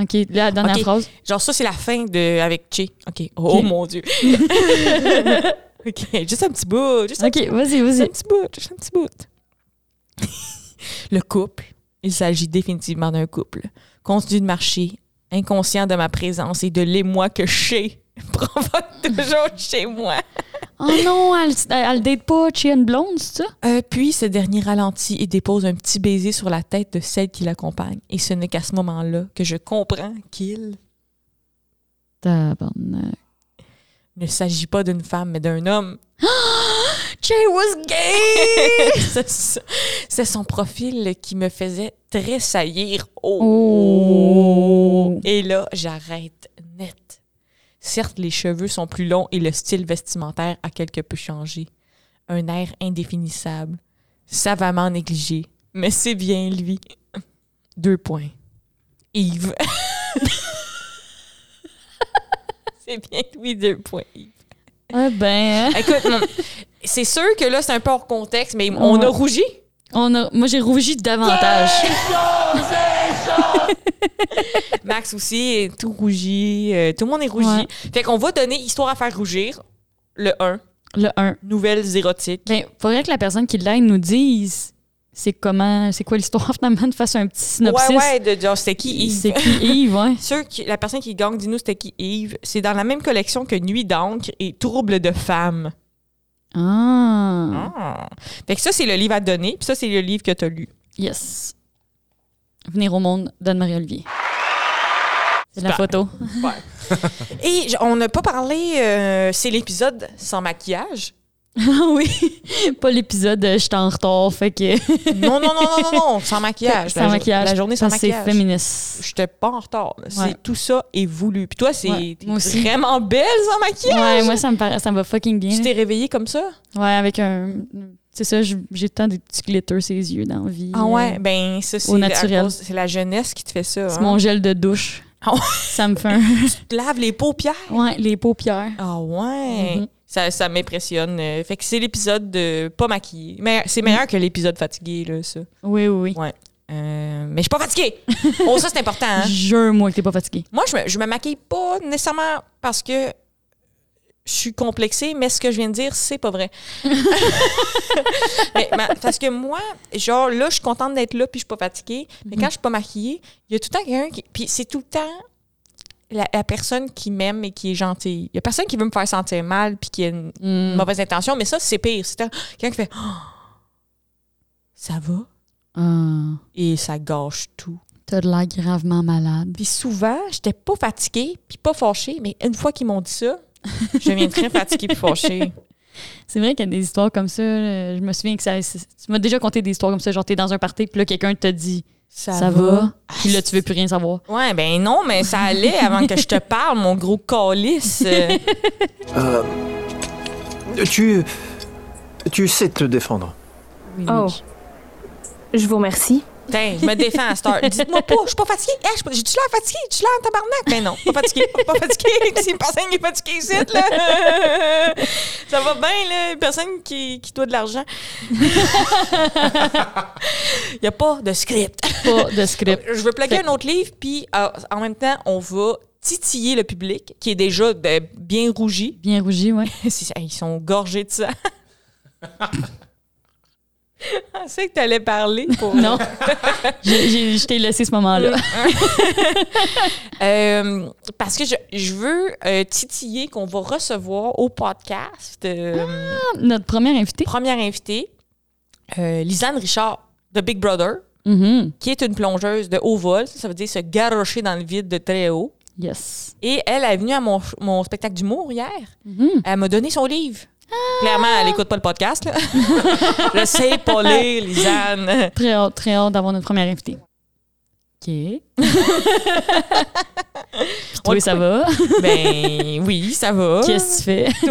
S1: OK, là, la dernière
S2: Ok.
S1: phrase.
S2: Genre, ça, c'est la fin de avec Che. OK. Oh
S1: Ok.
S2: mon Dieu. OK. Juste un petit bout. Juste un
S1: OK, vas-y,
S2: Juste un
S1: vas-y.
S2: petit bout, juste un petit bout. le couple, il s'agit définitivement d'un couple. Continue de marcher, inconscient de ma présence et de l'émoi que chez provoque toujours chez moi.
S1: Oh non, elle, elle, elle date pas Chi and Blonde, c'est ça?
S2: Euh, puis ce dernier ralentit et dépose un petit baiser sur la tête de celle qui l'accompagne. Et ce n'est qu'à ce moment-là que je comprends qu'il
S1: Tabarnak.
S2: ne s'agit pas d'une femme, mais d'un homme.
S1: Chi was gay!
S2: C'est ça. C'est son profil qui me faisait tressaillir.
S1: Oh.
S2: Oh. Et là, j'arrête net. Certes, les cheveux sont plus longs et le style vestimentaire a quelque peu changé. Un air indéfinissable, savamment négligé. Mais c'est bien lui. Deux points. Yves. c'est bien lui, deux points. Yves.
S1: ah ben, hein.
S2: Écoute, mon- c'est sûr que là, c'est un peu hors contexte, mais on a rougi.
S1: on a, moi, j'ai rougi davantage.
S2: Max aussi est tout rougi. euh, tout le monde est rougi.
S1: Ouais.
S2: Fait qu'on va donner histoire à faire rougir. Le 1,
S1: Le 1.
S2: nouvelles érotiques.
S1: Ben, faudrait que la personne qui l'aide nous dise c'est comment, c'est quoi l'histoire finalement, de fasse un petit synopsis.
S2: Ouais, ouais, de genre, c'était qui Yves?
S1: C'est qui Yves, ouais.
S2: Ceux qui- la personne qui gagne, dis-nous c'était qui Yves. C'est dans la même collection que Nuit d'encre et Trouble de femmes.
S1: Ah,
S2: Ah. Fait que ça, c'est le livre à donner, puis ça, c'est le livre que t'as lu.
S1: yes. Venir au monde d'Anne-Marie-Olivier. C'est la photo.
S2: Et j- on n'a pas parlé, euh, c'est l'épisode sans maquillage.
S1: Ah oui, pas l'épisode euh, J'étais en retard, fait que.
S2: Non, non, non, non, non, non, sans maquillage.
S1: sans
S2: La jo-
S1: maquillage.
S2: La journée sans
S1: Ça,
S2: maquillage.
S1: C'est féministe.
S2: J'étais pas en retard. là.
S1: Ouais.
S2: C'est tout ça est voulu. Puis toi, c'est
S1: Ouais,
S2: t'es
S1: moi aussi.
S2: vraiment belle sans maquillage.
S1: Ouais, moi, ça me, paraît- ça me va fucking bien.
S2: Tu t'es réveillée comme ça?
S1: là. Ouais, avec un. C'est ça, j- j'ai tant des petits glitters ses yeux dans la vie.
S2: Ah ouais, ben ça c'est
S1: Au
S2: la-
S1: naturel.
S2: à cause- C'est la jeunesse qui te fait ça.
S1: C'est
S2: hein.
S1: mon gel de douche.
S2: Ah ouais.
S1: Ça me fait un.
S2: Tu te laves les paupières.
S1: Ouais, les paupières.
S2: Ah ouais.
S1: Mhm.
S2: Ça, ça m'impressionne. Euh, Fait que c'est l'épisode de pas maquillée. Mais c'est meilleur que l'épisode fatigué, là, ça.
S1: Oui, oui, oui.
S2: Euh, mais je suis pas fatiguée. oh, ça, c'est important. hein.
S1: Jure-moi que t'es pas fatigué.
S2: Moi, je me, je me maquille pas nécessairement parce que je suis complexée, mais ce que je viens de dire, c'est pas vrai. Mais ma- parce que moi, genre, là, je suis contente d'être là puis je suis pas fatiguée. Mais quand je suis pas maquillée, il y a tout le temps quelqu'un qui. Puis c'est tout le temps la, la personne qui m'aime et qui est gentille. Il y a personne qui veut me faire sentir mal puis qui a une, une mauvaise intention, mais ça, c'est pire. C'est un- quelqu'un qui fait Ah, ça va
S1: Ah,
S2: et ça gâche tout.
S1: T'as de l'air gravement malade.
S2: Puis souvent, j'étais pas fatiguée puis pas fâchée, mais une fois qu'ils m'ont dit ça, je deviens très fatiguée puis fâchée.
S1: C'est vrai qu'il y a des histoires comme ça. là. Je me souviens que ça. c'est- Tu m'as déjà conté des histoires comme ça. Genre, t'es dans un party, puis là, quelqu'un te dit
S2: Ça, Ah,
S1: ça, va. Puis là, tu veux plus rien savoir.
S2: Ouais, ben non, mais ça allait avant que je te parle, mon gros calice. Euh,
S8: Tu. Tu sais te défendre.
S1: Oui,
S11: Oh.
S1: oui.
S11: Je vous remercie.
S2: Putain, je me défends à cette heure. Dites-moi pas, je suis pas fatiguée. Hey, je suis pas- J'ai-tu l'air fatiguée? J'ai-tu l'air en tabarnak? Ben non, pas fatiguée. Pas fatiguée. C'est une personne qui est fatiguée ici, là. Ça va bien, là. Une personne qui, qui doit de l'argent. Il n'y a pas de script.
S1: Pas de script.
S2: Je veux plugger un autre livre, puis euh, en même temps, on va titiller le public, qui est déjà ben, bien rougi.
S1: Bien rougi, ouais.
S2: C'est- Ils sont gorgés de ça. Je sais que t'allais parler pour...
S1: Non. J'ai- j'ai- Je t'ai laissé ce moment-là.
S2: Euh, parce que je, je veux euh, titiller qu'on va recevoir au podcast euh,
S1: Notre première invitée.
S2: première invitée, euh, Lisanne Richard de Big Brother,
S1: Mhm.
S2: qui est une plongeuse de haut vol. Ça veut dire se garrocher dans le vide de très haut.
S1: Yes.
S2: Et elle est venue à mon, mon spectacle d'humour hier.
S1: Mm-hmm.
S2: Elle m'a donné son livre. Clairement, elle n'écoute pas le podcast. Là. je sais pas lire, Lisanne.
S1: Très hâte, très hâte d'avoir notre première invitée. OK. Puis toi,
S2: le
S1: ça va?
S2: Ben oui, ça va.
S1: Qu'est-ce que tu fais?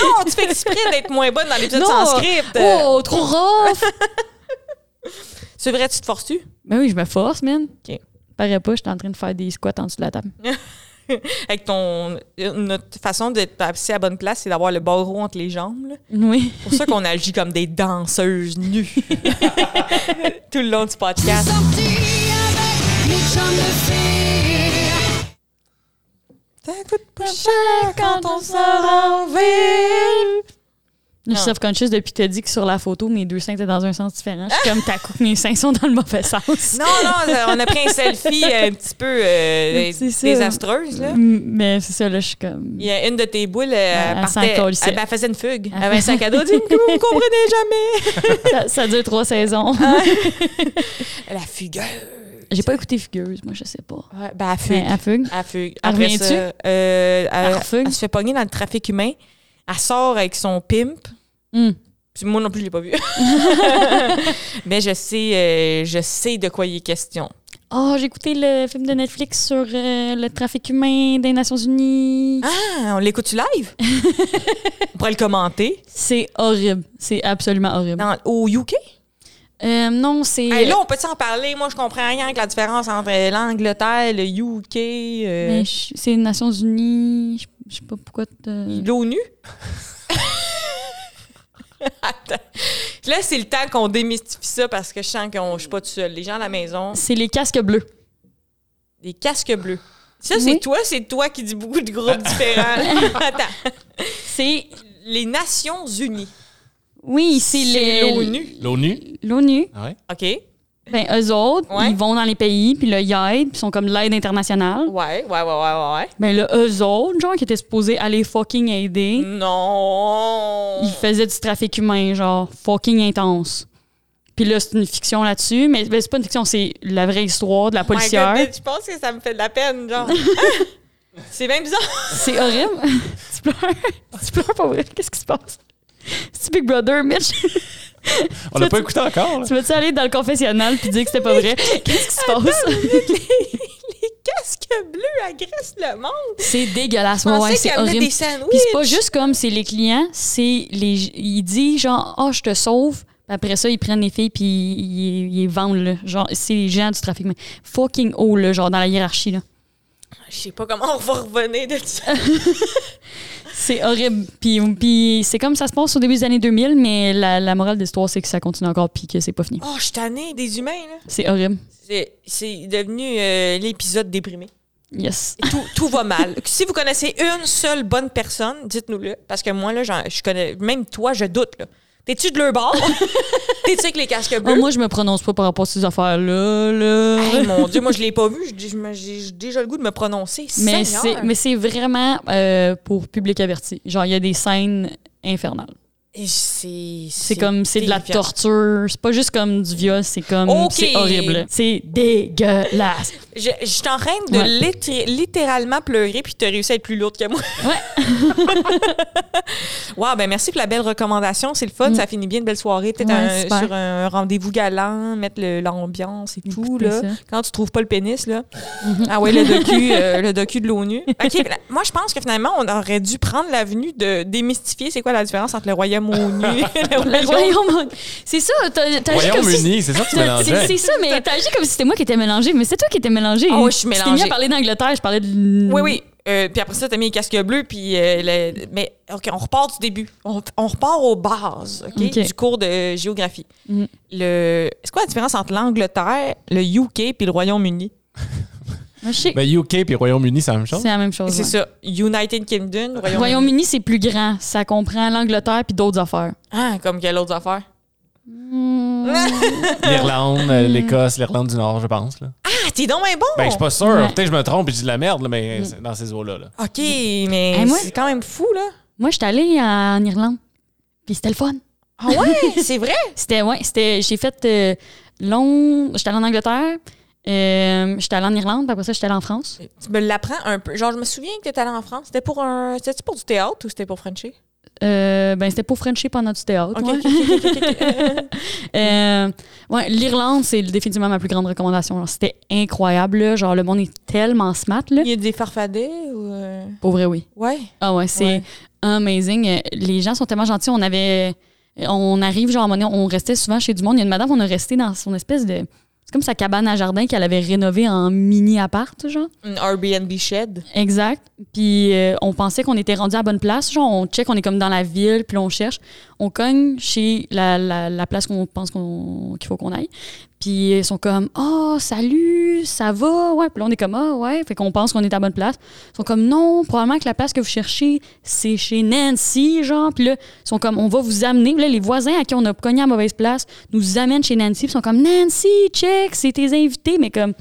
S2: Non, tu fais exprès d'être moins bonne dans l'épisode
S1: Non.
S2: sans script.
S1: Oh, trop rough!
S2: C'est vrai, tu te forces-tu?
S1: ben oui, je me force, man.
S2: OK.
S1: Paraît pas, je suis en train de faire des squats en dessous de la table.
S2: Avec ton. euh, Notre façon d'être assis à la bonne place, c'est d'avoir le ballroom entre les jambes. là.
S1: Oui.
S2: C'est pour ça qu'on agit comme des danseuses nues. Tout le long du podcast. Ça coûte pas cher quand on sort en ville.
S1: Je
S2: Non.
S1: suis self-conscious depuis que t'as dit que sur la photo, mes deux seins étaient dans un sens différent. Je suis comme, t'as coupé mes seins sont dans le mauvais sens.
S2: Non, non, on a pris un selfie euh, un petit peu euh,
S1: C'est ça.
S2: désastreuse. Là.
S1: M- Mais c'est ça, là, je suis comme...
S2: Il y a une de tes boules, euh, Mm. elle,
S1: Elle s'en
S2: partait,
S1: colissait.
S2: elle, elle faisait une fugue. Elle avait un sac à dos, elle dit, vous me comprenez jamais.
S1: Ça, ça dure trois saisons.
S2: La fugue.
S1: J'ai pas écouté Fugueuse, moi, je sais pas.
S2: Ouais, ben, elle fugue.
S1: Mais à Fugue?
S2: Elle fugue.
S1: Elle
S2: Après
S1: revient-tu?
S2: ça, euh, elle,
S1: refugue?
S2: elle se fait pogner dans le trafic humain. Elle sort avec son pimp.
S1: Hmm.
S2: Puis moi non plus, je l'ai pas vu. Mais je sais, euh, je sais de quoi il est question.
S1: Oh, j'ai écouté le film de Netflix sur euh, le trafic humain des Nations Unies.
S2: Ah, on l'écoute-tu live? on pourrait le commenter.
S1: C'est horrible. C'est absolument horrible.
S2: Dans- au UK?
S1: Euh, non, c'est.
S2: Hey, là, on peut s'en parler. Moi, je comprends rien avec la différence entre l'Angleterre, le UK, euh,
S1: Mais je- c'est les Nations Unies. Je- Je sais pas pourquoi. t'as-
S2: l'ONU. Attends. Là, c'est le temps qu'on démystifie ça parce que je sens que je suis pas toute seule. Les gens à la maison,
S1: C'est les casques bleus.
S2: des casques bleus. Ça,
S1: Oui.
S2: c'est toi, c'est toi qui dis beaucoup de groupes différents. Attends.
S1: C'est.
S2: Les Nations Unies.
S1: Oui, c'est
S2: C'est
S1: les-
S2: l'ONU.
S7: L'ONU?
S1: l'ONU.
S7: Ah ouais?
S2: OK.
S1: Ben, eux autres,
S2: Ouais.
S1: ils vont dans les pays, puis là, ils aident, puis ils sont comme l'aide internationale.
S2: Ouais, ouais, ouais, ouais, ouais.
S1: Ben là, eux autres, genre, qui étaient supposés aller fucking aider,
S2: Non.
S1: ils faisaient du trafic humain, genre, fucking intense. Puis là, c'est une fiction là-dessus, mais ben, c'est pas une fiction, c'est la vraie histoire de la
S2: Oh my
S1: policière.
S2: God, Je pense que ça me fait de la peine, genre. c'est bien bizarre.
S1: C'est horrible. tu pleures. tu pleures pour vrai. Qu'est-ce qui se passe? C'est Big Brother, Mitch.
S7: On l'a pas écouté encore, là.
S1: tu vas-tu aller dans le confessionnal puis dire que c'était pas vrai? Qu'est-ce qui se passe?
S2: Les casques bleus agressent le monde.
S1: C'est dégueulasse.
S2: Je
S1: Ouais,
S2: pensais
S1: ouais, c'est
S2: qu'ils amenaient
S1: horrible.
S2: des sandwichs.
S1: Puis c'est pas juste comme c'est les clients, c'est les. Ils disent genre, oh, je te sauve. Puis Après ça, ils prennent les filles puis ils, ils les vendent, là. Genre, c'est les gens du trafic. Mais fucking haut, là, genre, dans la hiérarchie, là.
S2: Je sais pas comment on va revenir de ça.
S1: C'est horrible. Puis, puis c'est comme ça se passe au début des années 2000, mais la, la morale de l'histoire, c'est que ça continue encore puis que c'est pas fini.
S2: Oh, je suis tannée des humains, là.
S1: C'est horrible.
S2: C'est- C'est devenu euh, l'épisode déprimé.
S1: Yes.
S2: Tout, tout va mal. Si vous connaissez une seule bonne personne, dites-nous-le. Parce que moi, là, j'en- je connais. Même toi, je doute, là. T'es-tu de leur bord? T'es-tu avec les casques bleus?
S1: Ah, moi, je me prononce pas par rapport à ces affaires-là. là.
S2: Hey, mon Dieu, moi, je l'ai pas vu. J'ai- J'ai j'ai déjà le goût de me prononcer.
S1: mais
S2: Seigneur!
S1: c'est mais c'est vraiment euh, pour public averti. Genre, il y a des scènes infernales.
S2: Et C'est
S1: C'est comme, c'est de la
S2: terrifiant.
S1: torture. C'est pas juste comme du viol, c'est comme,
S2: Ok.
S1: c'est horrible. C'est dégueulasse.
S2: Je, je suis en train de
S1: Ouais.
S2: littr- littéralement pleurer, puis tu as réussi à être plus lourde que moi.
S1: Ouais.
S2: wow, ben merci pour la belle recommandation. C'est le fun, ça finit bien une belle soirée. Peut-être
S1: Mm. Ouais,
S2: un-
S1: super.
S2: sur un rendez-vous galant, mettre le- l'ambiance et tout.
S1: Écoutez
S2: Là.
S1: ça. Mm-hmm.
S2: Quand tu trouves pas le pénis, là. ah ouais, le docu, euh, le docu de l'ONU. OK, ben, moi, je pense que finalement, on aurait dû prendre l'avenue de démystifier c'est quoi la différence entre le royaume ONU et le royaume...
S1: Le Royaume C'est ça, t'as t'as agi comme
S7: Royaume-Uni,
S1: si...
S7: c'est ça que tu
S1: t'as-
S7: mélangeais.
S1: c'est- C'est ça, mais t'as agi comme si c'était moi qui étais mélangée, mais c'est toi qui étais mélangée.
S2: Ah ouais, je suis
S1: Tu t'es mis
S2: mélangée.
S1: à parler d'Angleterre, je parlais de...
S2: Oui, oui. Euh, puis après ça, t'as mis les casques bleus, puis euh, le- mais ok, on repart du début. On, on repart aux bases, ok,
S1: Ok.
S2: du cours de géographie.
S1: Mhm.
S2: Le, c'est quoi la différence entre l'Angleterre, le UK puis le Royaume-Uni
S1: Ah, je sais.
S7: Ben, UK puis Royaume-Uni, c'est la même chose.
S1: C'est la même chose.
S2: C'est
S1: ouais.
S2: ça, United Kingdom, Royaume-Uni.
S1: Royaume-Uni, c'est plus grand. Ça comprend l'Angleterre puis d'autres affaires.
S2: Ah, comme quelle autre affaire
S1: Mm.
S7: L'Irlande,
S1: Hmm.
S7: euh, l'Écosse, l'Irlande du Nord, je pense. Là.
S2: Ah, t'es donc bien bon.
S7: Ben, je suis pas sûr.
S1: Ouais. Hmm.
S7: Peut-être que je me trompe et je dis de la merde, là, mais c'est dans ces eaux-là. là.
S2: Ok, mais
S1: Eh, moi-
S2: c'est quand même fou là.
S1: Moi, j'étais allée en Irlande, puis c'était le fun.
S2: Ah ouais, c'est vrai.
S1: C'était, ouais, c'était, j'ai fait euh, Londres, j'étais allée en Angleterre, euh, j'étais allée en Irlande, puis après ça, j'étais allée en France.
S2: Tu me l'apprends un peu. Genre, je me souviens que t'étais allé en France. C'était pour un, c'était pour du théâtre ou c'était pour Frenchie
S1: Euh, ben, c'était pour Frenchie pendant du théâtre.
S2: Ok,
S1: ouais.
S2: ok, ok, ok, ok, ok.
S1: Euh, ouais, l'Irlande, c'est définitivement ma plus grande recommandation. là. C'était incroyable, là. genre le monde est tellement smart. Là.
S2: Il y a des farfadets ou euh,
S1: Pour vrai, oui.
S2: ouais.
S1: Ah ouais, c'est
S2: Ouais.
S1: amazing. Euh, Les gens sont tellement gentils. On avait. On arrive, genre, à un moment donné, on restait souvent chez du monde. Il y a une madame, on a resté dans son espèce de. C'est comme sa cabane à jardin qu'elle avait rénovée en mini-appart, genre.
S2: Une Airbnb shed.
S1: Exact. Puis euh, on pensait qu'on était rendu à la bonne place. Genre, on check, on est comme dans la ville, puis on cherche. On cogne chez la, la- la place qu'on pense qu'on- qu'il faut qu'on aille. Puis ils sont comme Oh, salut, ça va? Ouais. Puis là, on est comme Ah, ouais. Fait qu'on pense qu'on est à la bonne place. Ils sont comme Non, probablement que la place que vous cherchez, c'est chez Nancy, genre. Puis là, ils sont comme On va vous amener. Puis là, les voisins à qui on a cogné à mauvaise place nous amènent chez Nancy. Puis ils sont comme Nancy, check, c'est tes invités. Mais comme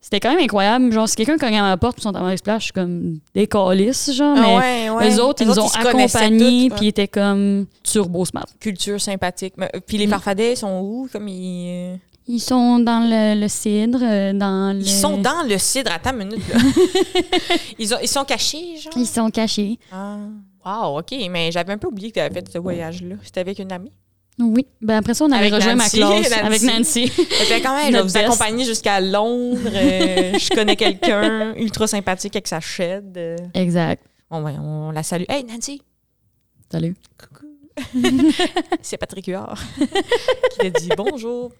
S1: c'était quand même incroyable. Genre, si quelqu'un cogne à ma porte, puis ils sont à mauvaise place, je suis comme des calices, genre.
S2: Ah
S1: mais
S2: ouais, ouais.
S1: eux autres, ils
S2: Eux
S1: nous
S2: autres,
S1: ont
S2: ils se connaissaient
S1: accompagnés,
S2: toutes,
S1: puis
S2: ouais.
S1: ils étaient comme turbo smart.
S2: Culture sympathique. Mais, euh, Puis les
S1: Mm.
S2: farfadets sont où? Comme ils, euh,
S1: Ils sont dans le, le cidre, euh, dans le...
S2: ils sont dans le cidre. Attends une minute. là. ils, ont- ils sont cachés, genre.
S1: Ils sont cachés.
S2: Ah. Wow, OK. Mais j'avais un peu oublié que tu avais fait ce voyage-là. C'était avec une amie.
S1: Oui. Ben après ça, on avait
S2: Avec
S1: rejoint
S2: Nancy,
S1: ma classe
S2: Nancy.
S1: avec Nancy.
S2: J'étais quand même, je vais
S1: Notre
S2: vous
S1: best.
S2: accompagner jusqu'à Londres. euh, je connais quelqu'un ultra sympathique avec sa shed. euh.
S1: Exact.
S2: On, va- on la salue. Hey, Nancy!
S1: Salut.
S2: C'est Patrick Huard qui t'a dit bonjour.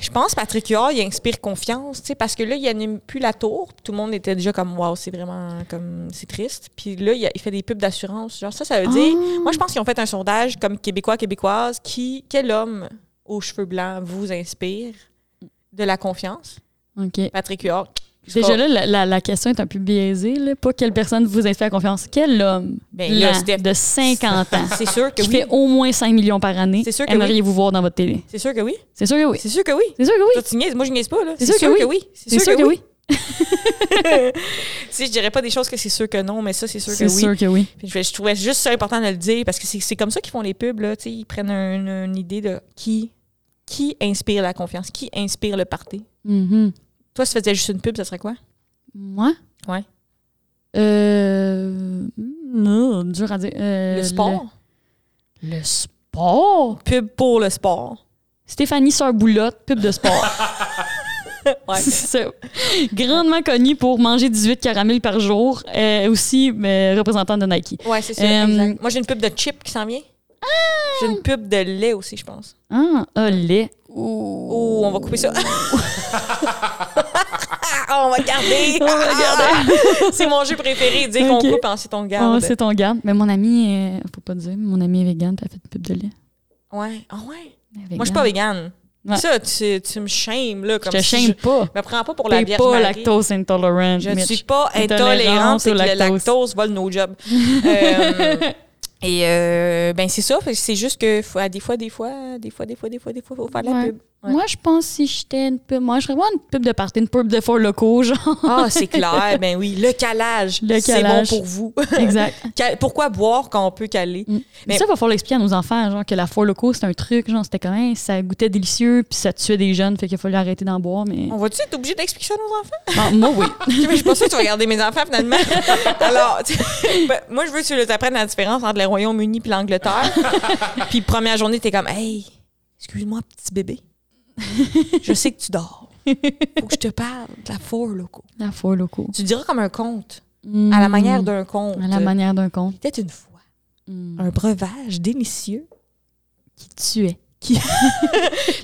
S2: Je pense Patrick Huard, il inspire confiance, tu sais, parce que là, il anime plus la tour. Tout le monde était déjà comme, waouh, c'est vraiment comme, c'est triste. Puis là, il, a- il fait des pubs d'assurance. Genre, ça, ça veut dire.
S1: Ah.
S2: Moi, je pense qu'ils ont fait un sondage comme Québécois, Québécoise, qui, quel homme aux cheveux blancs vous inspire de la confiance?
S1: OK.
S2: Patrick Huard.
S1: Déjà là, la, la- la question est un peu biaisée. Là. Pas quelle personne vous inspire confiance. Quel homme
S2: Ben, là,
S1: blanc
S2: c'était-
S1: de 50 ans
S2: C'est sûr que
S1: qui
S2: oui.
S1: fait au moins 5 millions par année
S2: C'est sûr que oui.
S1: aimeriez-vous voir dans votre télé?
S2: C'est sûr que oui.
S1: C'est sûr que oui.
S2: C'est sûr que oui.
S1: C'est sûr que oui.
S2: Toi, tu niaises. Moi, je niaise pas, là.
S1: C'est sûr, que, oui. C'est sûr que oui.
S2: Tu sais, je dirais pas des choses que c'est sûr que non, mais ça, c'est sûr que
S1: C'est
S2: oui.
S1: sûr que oui.
S2: Puis je, je trouvais juste ça important de le dire parce que c'est c'est comme ça qu'ils font les pubs, là. Tu sais, ils prennent un- une, une idée de qui, qui inspire la confiance, qui inspire le party.
S1: Mhm.
S2: Toi, si tu faisais juste une pub, ça serait quoi?
S1: Moi?
S2: Ouais.
S1: Euh. Non, dur à dire. Euh,
S2: le sport?
S1: Le, le sport?
S2: Pub pour le sport.
S1: Stéphanie Sœur Boulotte, pub de sport.
S2: Ouais.
S1: C'est ça. Grandement connue pour manger 18 caramels par jour. Euh, aussi euh, représentante de Nike.
S2: ouais, c'est ça.
S1: Euh,
S2: exact. Moi, j'ai une pub de chip qui s'en vient. J'ai une pub de lait aussi, je pense.
S1: Ah, olé.
S2: Oh, on va couper ça. Ah, on va garder.
S1: On va garder.
S2: c'est mon jeu préféré. Dire
S1: Ok.
S2: qu'on coupe, ensuite on garde.
S1: Oh, c'est ton garde. Mais mon ami, euh, faut pas dire, mais mon ami est vegan, puis elle fait une pub de lait.
S2: Ouais. Ah ouais.
S1: Elle est
S2: Moi, je suis pas végane.
S1: Ouais.
S2: Ça, tu, tu me shames, là.
S1: Je
S2: Comme
S1: te
S2: si
S1: shame pas.
S2: Je me prends pas pour la
S1: T'es
S2: Vierge
S1: pas
S2: Marie.
S1: lactose intolerant.
S2: Je ne
S1: Mitch.
S2: suis pas
S1: Intolérante
S2: intolérante, c'est
S1: au
S2: que le
S1: lactose.
S2: lactose vole nos jobs. Euh, Et euh, ben c'est ça, c'est juste que faut- à des fois, des fois, des fois, des fois, des fois, des fois, faut faire de la
S1: Ouais.
S2: pub. Ouais.
S1: Moi, je pense si j'étais une pub, moi, je serais vraiment une pub de party, une pub de four locaux, genre.
S2: Ah, c'est clair, ben oui, le calage,
S1: Le
S2: c'est bon
S1: calage.
S2: pour vous.
S1: Exact.
S2: Cal- Pourquoi boire quand on peut caler?
S1: Mais ça, il va falloir l'expliquer à nos enfants, genre que la four locaux, c'est un truc, genre c'était quand même, ça goûtait délicieux, puis ça tuait des jeunes, fait qu'il fallait arrêter d'en boire, mais.
S2: On va-tu être obligé d'expliquer ça à nos enfants?
S1: Ah, moi, oui.
S2: Je suis pas sûre que tu vas garder mes enfants finalement. Alors, tu- ben, moi, je veux que tu leur apprennes la différence entre le Royaume-Uni et l'Angleterre. puis, première journée, t'es comme, hey, excuse-moi, petit bébé. Je sais que tu dors. Faut que je te parle de la four locaux.
S1: La four locaux.
S2: Tu diras comme un conte, à la manière d'un conte.
S1: À la Hmm. manière d'un con
S2: Peut-être une fois, un breuvage délicieux
S1: qui tuait.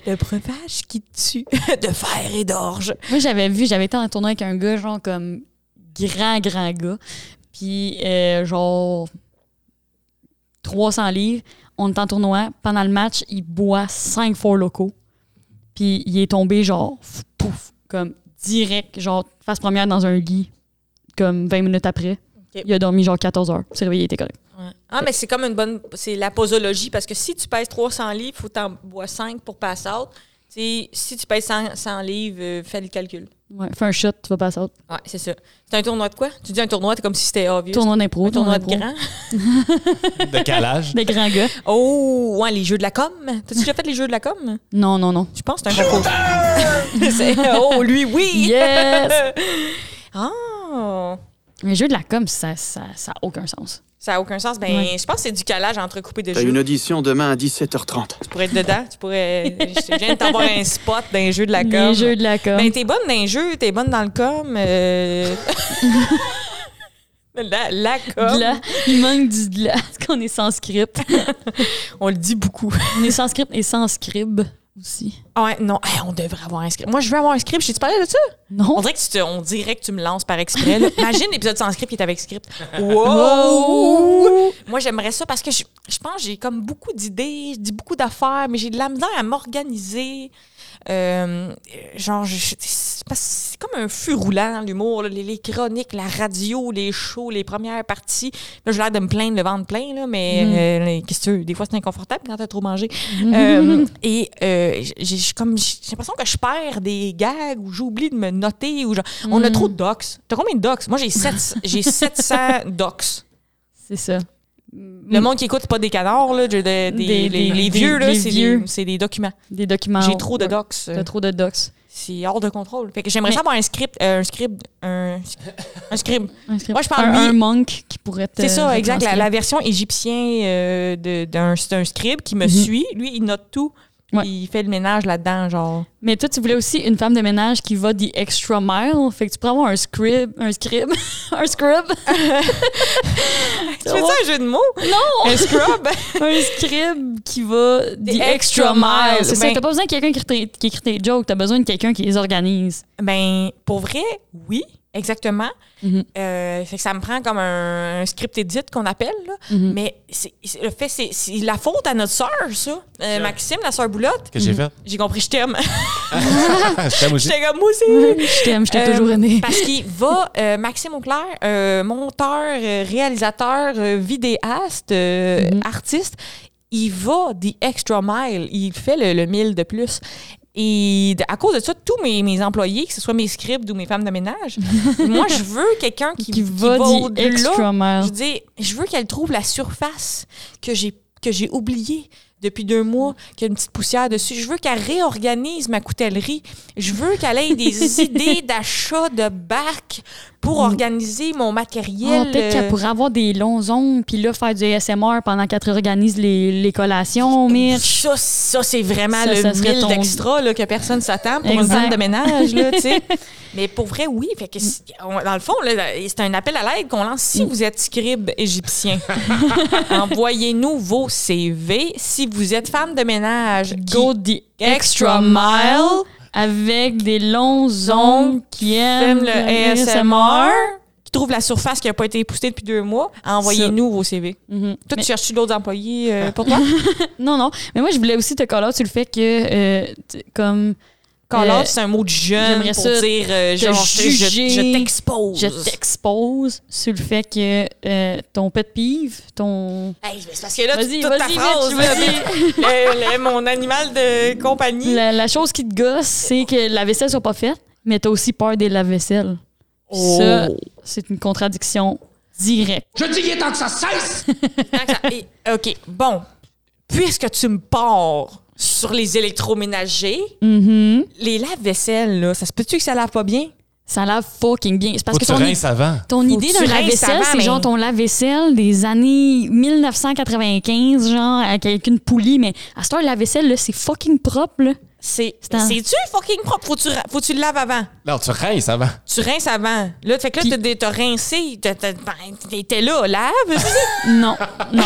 S2: le breuvage qui tue de fer et d'orge.
S1: Moi, j'avais vu, j'avais été en tournoi avec un gars, genre comme grand, grand gars. Puis, euh, genre, 300 livres. On est en tournoi. Pendant le match, il boit 5 fours locaux. Puis, il est tombé, genre, f- pouf, comme direct, genre, face première dans un lit, comme 20 minutes après.
S2: Ok.
S1: Il a dormi, genre, 14 heures. Il s'est réveillé, il était correct.
S2: Ah, mais c'est comme une bonne. C'est la posologie, parce que si tu pèses 300 livres, il faut que t'en bois 5 pour passer out. T'sais, si tu pèses 100, 100 livres, euh, fais le calcul.
S1: Ouais, fais un shot, tu vas passer à autre.
S2: Ouais, c'est ça. C'est un tournoi de quoi? Tu dis un tournoi, t'es comme si c'était obvious.
S1: Tournoi d'impro.
S2: un tournoi de
S1: d'impro.
S2: grand.
S7: De calage.
S1: Des grands gars.
S2: Oh, ouais, les jeux de la com. T'as-tu déjà fait les jeux de la com?
S1: Non, non, non.
S2: Je pense que c'est un concours. C'est- oh, lui, oui!
S1: Yes!
S2: Ah!
S1: Mais jeu de la com, ça ça, ça a aucun sens.
S2: Ça n'a aucun sens. Ben,
S1: Ouais.
S2: je pense que c'est du calage entrecoupé de
S8: T'as
S2: jeux.
S8: une audition demain à 17h30.
S2: Tu pourrais être dedans. Tu pourrais. Je viens de t'avoir un spot d'un jeu de la com.
S1: Les jeux de la com.
S2: Ben, t'es bonne dans les jeux, t'es bonne dans le com. euh. la, la com.
S1: De la- il manque du de la, parce qu'on est sans script.
S2: On le dit beaucoup.
S1: On est sans script et sans scribe aussi.
S2: Ah ouais, non, Hey, on devrait avoir un script. Moi, je veux avoir un script. J'ai-tu parlé de ça? On
S1: Non.
S2: dirait que tu te- on dirait que tu me lances par exprès. là. Imagine l'épisode sans script qui est avec script. Wow!
S1: Oh!
S2: Moi, j'aimerais ça parce que je, je pense que j'ai comme beaucoup d'idées, je dis beaucoup d'affaires, mais j'ai de la misère à m'organiser. Euh, genre, je- je- c'est parce que c'est comme un feu roulant, l'humour, là, les, les chroniques, la radio, les shows, les premières parties. Là, j'ai l'air de me plaindre, le ventre plein, là, mais euh, qu'est-ce que tu veux? Des fois, c'est inconfortable quand t'as trop mangé. Euh, et euh, j'ai j'ai comme j'ai l'impression que je perds des gags ou j'oublie de me noter. ou genre- On a trop de docs. T'as combien de docs? Moi, j'ai sept- j'ai 700 docs.
S1: C'est ça.
S2: Le monde qui écoute, c'est pas des canards, là, des, des-
S1: Des-
S2: les,
S1: des-
S2: les
S1: des-
S2: vieux, là,
S1: des
S2: c'est
S1: vieux.
S2: des, c'est des documents.
S1: Des documents.
S2: J'ai trop de
S1: Ouais.
S2: docs. euh,
S1: T'as trop euh. de docs.
S2: C'est hors de contrôle. Fait que j'aimerais
S1: Mais-
S2: ça avoir un script, euh, un script, un, un script.
S1: Un script.
S2: Moi, je parle
S1: un,
S2: mi-
S1: un monk qui pourrait te.
S2: C'est ça, exact. La,
S1: retranscrire.
S2: la version égyptienne euh, de- d'un c'est un scribe qui me suit. Lui, il note tout. puis
S1: Mm-hmm. Ouais.
S2: Il fait le ménage là-dedans, genre.
S1: Mais toi, tu voulais aussi une femme de ménage qui va the extra mile. Fait que tu pourrais avoir un scribe. Un scribe. un scribe.
S2: Tu fais ça un jeu de mots?
S1: Non!
S2: Un scrub?
S1: un scribe qui va the
S2: Des extra
S1: extra
S2: miles.
S1: mile. C'est ça.
S2: Ben-
S1: T'as pas besoin de quelqu'un qui, reté- qui écrit tes jokes. T'as besoin de quelqu'un qui les organise.
S2: ben, pour vrai, oui, exactement.
S1: Mhm.
S2: Euh, fait que ça me prend comme un, un script edit qu'on appelle, là.
S1: Mhm.
S2: Mais c'est- c'est- le fait, c'est c'est la faute à notre sœur, ça. Euh, Maxime, la sœur Boulotte.
S7: que j'ai fait. Ah,
S2: J'ai compris, je t'aime.
S1: Ah,
S7: Je t'aime aussi.
S2: J'étais comme, moi aussi.
S1: Je t'aime, je t'ai
S2: Euh,
S1: toujours aimé.
S2: Parce qu'il va, euh, Maxime Auclair, euh, monteur, euh, réalisateur, euh, vidéaste, euh,
S1: Mhm.
S2: artiste, il va the extra mile. Il fait le, le mille de plus. Et d- à cause de ça, tous mes, mes employés, que ce soit mes scribes ou mes femmes de ménage, moi, je veux quelqu'un qui,
S1: Qui va the
S2: au-delà.
S1: extra
S2: Je
S1: mile.
S2: dis, je veux qu'elle trouve la surface que j'ai que j'ai oubliée depuis deux mois, qu'il y a une petite poussière dessus. Je veux qu'elle réorganise ma coutellerie. Je veux qu'elle ait des idées d'achat de bac pour organiser mon
S1: Ah,
S2: matériel.
S1: peut-être
S2: euh,
S1: qu'elle pourrait avoir des longs ongles, puis là, faire du ASMR pendant qu'elle réorganise les, les collations, Mitch.
S2: Ça, ça c'est vraiment
S1: Ça,
S2: le
S1: ça serait
S2: mille
S1: ton-
S2: d'extra là, que personne s'attend pour
S1: Exact.
S2: une femme de ménage. Là, tu sais. Mais pour vrai, oui. Fait que si- on- dans le fond, là, c'est un appel à l'aide qu'on lance
S1: Mm.
S2: si vous êtes scribe égyptien. Envoyez-nous vos CV. Si vous êtes femme de ménage,
S1: Go the extra mile avec des longs ongles qui aiment
S2: aime le ASMR, qui trouve la surface qui n'a pas été poussée depuis deux mois, envoyez-nous vos CV.
S1: Mhm. Mais-
S2: Toi,
S1: Ah.
S2: tu cherches-tu d'autres employés euh, pour toi?
S1: Non, non. Mais moi, je voulais aussi te coller out sur le fait que, euh, t- comme,
S2: Call out, c'est un mot de jeune pour
S1: ça
S2: dire euh,
S1: te
S2: genre, tu sais,
S1: juger.
S2: je, je t'expose.
S1: Je t'expose sur le fait que euh, ton pet peeve, ton.
S2: Hey, mais c'est parce que là,
S1: Vas-y,
S2: toute ta
S1: vas-y,
S2: phrase,
S1: Mitch,
S2: là,
S1: vas-y.
S2: le- le- mon animal de compagnie.
S1: La, la chose qui te gosse, c'est que la vaisselle soit pas faite, mais t'as aussi peur des lave-vaisselle. Ça,
S2: Oh.
S1: c'est une contradiction directe.
S2: Je dis qu'il est temps que ça cesse! OK, bon. Puisque tu me pars sur les électroménagers,
S1: Mm-hmm.
S2: les lave-vaisselle, là, ça se peut-tu que ça lave pas bien?
S1: Ça lave fucking bien. C'est parce
S7: Faut
S1: que
S7: que tu
S1: ton,
S7: rinces avant.
S1: ton
S2: Faut
S1: idée
S2: que tu
S1: d'un
S2: rinces
S1: lave-vaisselle,
S2: avant,
S1: c'est
S2: mais-
S1: genre ton lave-vaisselle des années 1995, genre avec une poulie, mais à ce temps, lave-vaisselle, là, c'est fucking propre. là.
S2: C'est,
S1: C'est un-
S2: c'est-tu fucking propre? Faut que tu, ra- faut que tu le laves avant.
S7: Non, tu rinces avant.
S2: Tu rinces avant. Là, fait que là, t'as, des- t'as rincé. T'as, t'as- ben, t'étais là, lave.
S1: Non, non.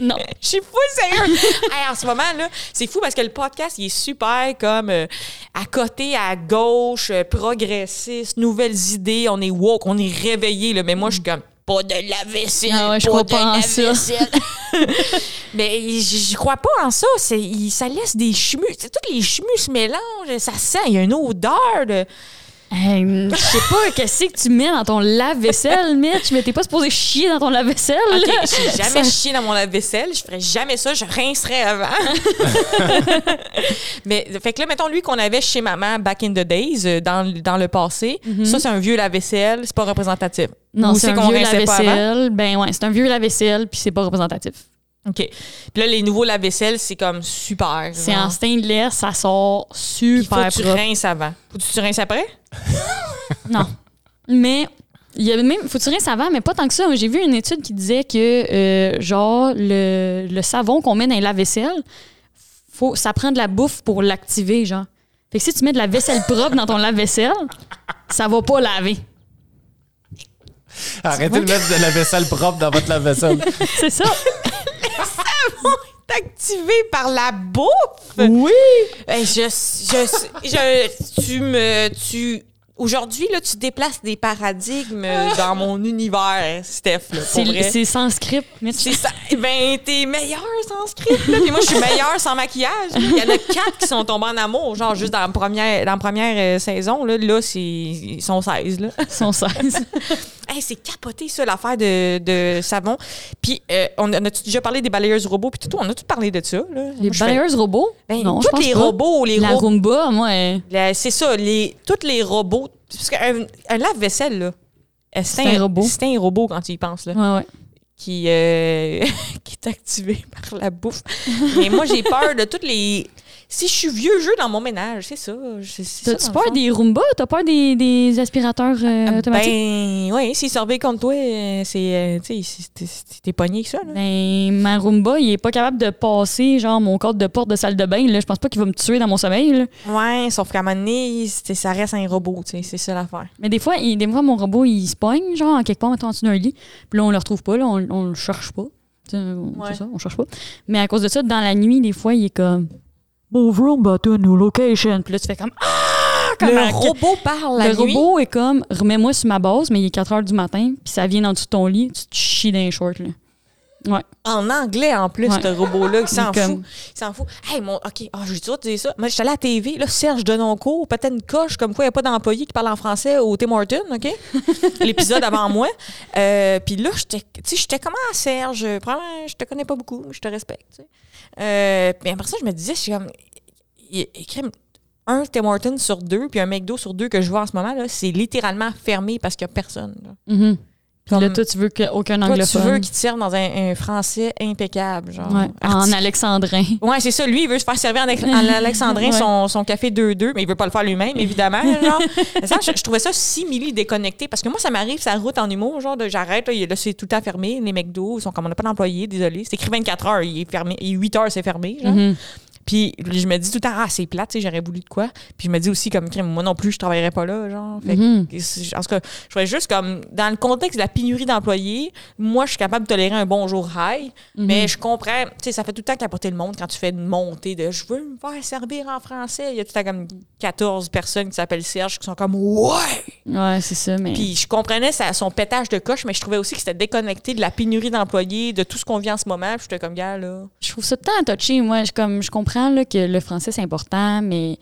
S1: non.
S2: Je suis fou, sérieux. Hey, en ce moment, là, c'est fou parce que le podcast, il est super comme euh, à côté, à gauche, euh, progressiste, nouvelles idées. On est woke, on est réveillé. Là, mais moi, je suis comme pas de la vaisselle.
S1: Ah ouais, je
S2: pas
S1: crois
S2: de
S1: pas en ça.
S2: lave-vaisselle. mais je je crois pas en ça. C'est, il- ça laisse des chumus. Tu sais, Tous les chumus se mélangent. Ça sent. Il y a une odeur. de-
S1: Hey, je sais pas, qu'est-ce que tu mets dans ton lave-vaisselle, Mitch, mais t'es pas supposé chier dans ton lave-vaisselle.
S2: Ok,
S1: là.
S2: j'ai
S1: Ça-
S2: jamais chié dans mon lave-vaisselle. Je ferais jamais ça. Je rincerais avant. Mais fait que là, mettons lui qu'on avait chez maman back in the days, euh, dans, le- dans le passé. Ça, c'est un vieux lave-vaisselle. C'est pas représentatif.
S1: Mhm. Non,
S2: Ou
S1: c'est un
S2: qu'on
S1: vieux
S2: rinçait pas avant?
S1: lave-vaisselle. Ben ouais, c'est un vieux lave-vaisselle, puis c'est pas représentatif.
S2: OK. Puis là, les nouveaux lave-vaisselle, c'est comme super.
S1: C'est
S2: genre.
S1: en stainless, ça sort
S2: Puis faut
S1: super
S2: que tu
S1: propre.
S2: rinces avant. Faut que tu rinces après?
S1: Non. Mais il y a même, faut tirer savant, mais pas tant que ça. J'ai vu une étude qui disait que, euh, genre, le, le savon qu'on met dans la vaisselle, faut, ça prend de la bouffe pour l'activer, genre. Fait que si tu mets de la vaisselle propre dans ton lave-vaisselle, ça va pas laver.
S7: Arrêtez de mettre de la vaisselle propre dans votre lave-vaisselle.
S1: C'est ça.
S2: T'es activé par la bouffe?
S1: Oui.
S2: Hey, Eh, je, je, je- tu me, tu, aujourd'hui là, tu déplaces des paradigmes dans mon univers, Steph. là, pour
S1: C'est
S2: vrai.
S1: c'est sans script. Mais tu-
S2: C'est ça. Ben, t'es meilleure sans script, là. Puis moi, je suis meilleure sans maquillage. là. Il y en a quatre qui sont tombés en amour, genre, juste dans la première, dans la première euh, saison, là. Là, c'est, ils sont 16, là.
S1: son sens.
S2: Hey, c'est capoté, ça, l'affaire de, de savon. Puis, euh, on, a- on a-tu déjà parlé des balayeuses robots? Puis, tout, on a tout parlé de ça, là.
S1: Les
S2: Moi, je fais-
S1: balayeuses robots?
S2: Ben,
S1: non, je
S2: tous
S1: pense
S2: les
S1: pas.
S2: robots, les
S1: La
S2: robots.
S1: Roomba, moi, euh, elle-
S2: La- c'est ça, les, tous les robots. Parce qu'un un lave-vaisselle, là, euh, c'est un, robot. C'est un robot quand tu y penses, là,
S1: ouais, ouais.
S2: qui, euh, qui est activé par la bouffe. Mais moi, j'ai peur de toutes les. Si je suis vieux jeu dans mon ménage, c'est ça. c'est- c'est ça,
S1: T'as-tu
S2: dans le
S1: peur
S2: fond.
S1: des Roomba? T'as peur des, des aspirateurs euh, automatiques?
S2: Ben, oui, s'ils surveillent contre toi, euh, c'est. euh, Tu sais, c'est- t'es- t'es- t'es pogné que ça, là.
S1: Ben, ma Roomba, il est pas capable de passer, genre, mon code de porte de salle de bain. Là. Je pense pas qu'il va me tuer dans mon sommeil. là.
S2: Ouais, sauf qu'à un moment donné, c'est- ça reste un robot, tu sais, c'est ça l'affaire.
S1: Mais des fois, il- des fois, mon robot, il se pogne, genre, en quelque part, mettons, en dessous d'un lit. Puis là, on le retrouve pas, là, on, on le cherche pas. Tu sais, on-
S2: Ouais.
S1: C'est ça, on cherche pas. Mais à cause de ça, dans la nuit, des fois, il est comme. Bonjour, to new location. Puis là, tu fais comme. Ah! Comme un-
S2: Le robot parle la
S1: le
S2: nuit.
S1: robot est comme. Remets-moi sur ma base, mais il est 4 heures du matin, puis ça vient en dessous de ton lit, tu te chies dans les shorts, là.
S2: En anglais, en plus,
S1: Ouais.
S2: ce robot-là, il s'en
S1: Il est
S2: fout.
S1: comme-
S2: Il s'en fout. Hey, mon, OK, Ah, j'ai toujours dit ça. Moi, j'étais allée à la TV, là, Serge Denoncourt, peut-être une coche, comme quoi il n'y a pas d'employé qui parle en français au Tim Horton, OK? L'épisode avant moi. Euh, Puis là, j'étais, tu sais, j'étais comment, Serge? Premièrement, je te connais pas beaucoup, mais je te respecte, tu sais. Euh, Puis après ça, je me disais, je suis comme, il- il- crime, un Tim Horton sur deux, puis un McDo sur deux que je vois en ce moment, là, c'est littéralement fermé parce qu'il n'y a personne. là.
S1: Mhm. Puis là,
S2: Comme-
S1: toi, tu veux qu'aucun
S2: Toi,
S1: anglophone.
S2: tu veux qu'il tire dans un, un français impeccable, genre.
S1: Ouais, en
S2: articulé.
S1: alexandrin.
S2: Ouais, c'est ça. Lui, il veut se faire servir en, en alexandrin
S1: Ouais.
S2: son, son café 2-2, mais il veut pas le faire lui-même, évidemment. genre. Ça, je, je trouvais ça simili déconnecté parce que moi, ça m'arrive, ça route en humour, genre de j'arrête, là, il- là, c'est tout le temps fermé. Les McDo, ils sont comme on n'a pas d'employés, désolé. C'est écrit 24 heures, il est fermé. Et 8 heures, c'est fermé. Genre.
S1: Mhm.
S2: Puis je me dis tout le temps, ah, c'est plate, tu sais, j'aurais voulu de quoi. Puis je me dis aussi, comme, crime, moi non plus, je travaillerais pas là, genre. Fait que,
S1: Mhm.
S2: en tout cas, je trouvais juste comme, dans le contexte de la pénurie d'employés, moi, je suis capable de tolérer un bon jour high, mais je comprends, tu sais, ça fait tout le temps capoter le monde quand tu fais une montée de je veux me faire servir en français. Il y a tout le temps comme 14 personnes qui s'appellent Serge qui sont comme, ouais!
S1: Ouais, c'est ça, mais.
S2: Puis je comprenais sa- son pétage de coche, mais je trouvais aussi que c'était déconnecté de la pénurie d'employés, de tout ce qu'on vit en ce moment. Puis j'étais comme, gars, là.
S1: Je trouve ça tant touché. Moi, je, comme, je comprends là, que le français, c'est important, mais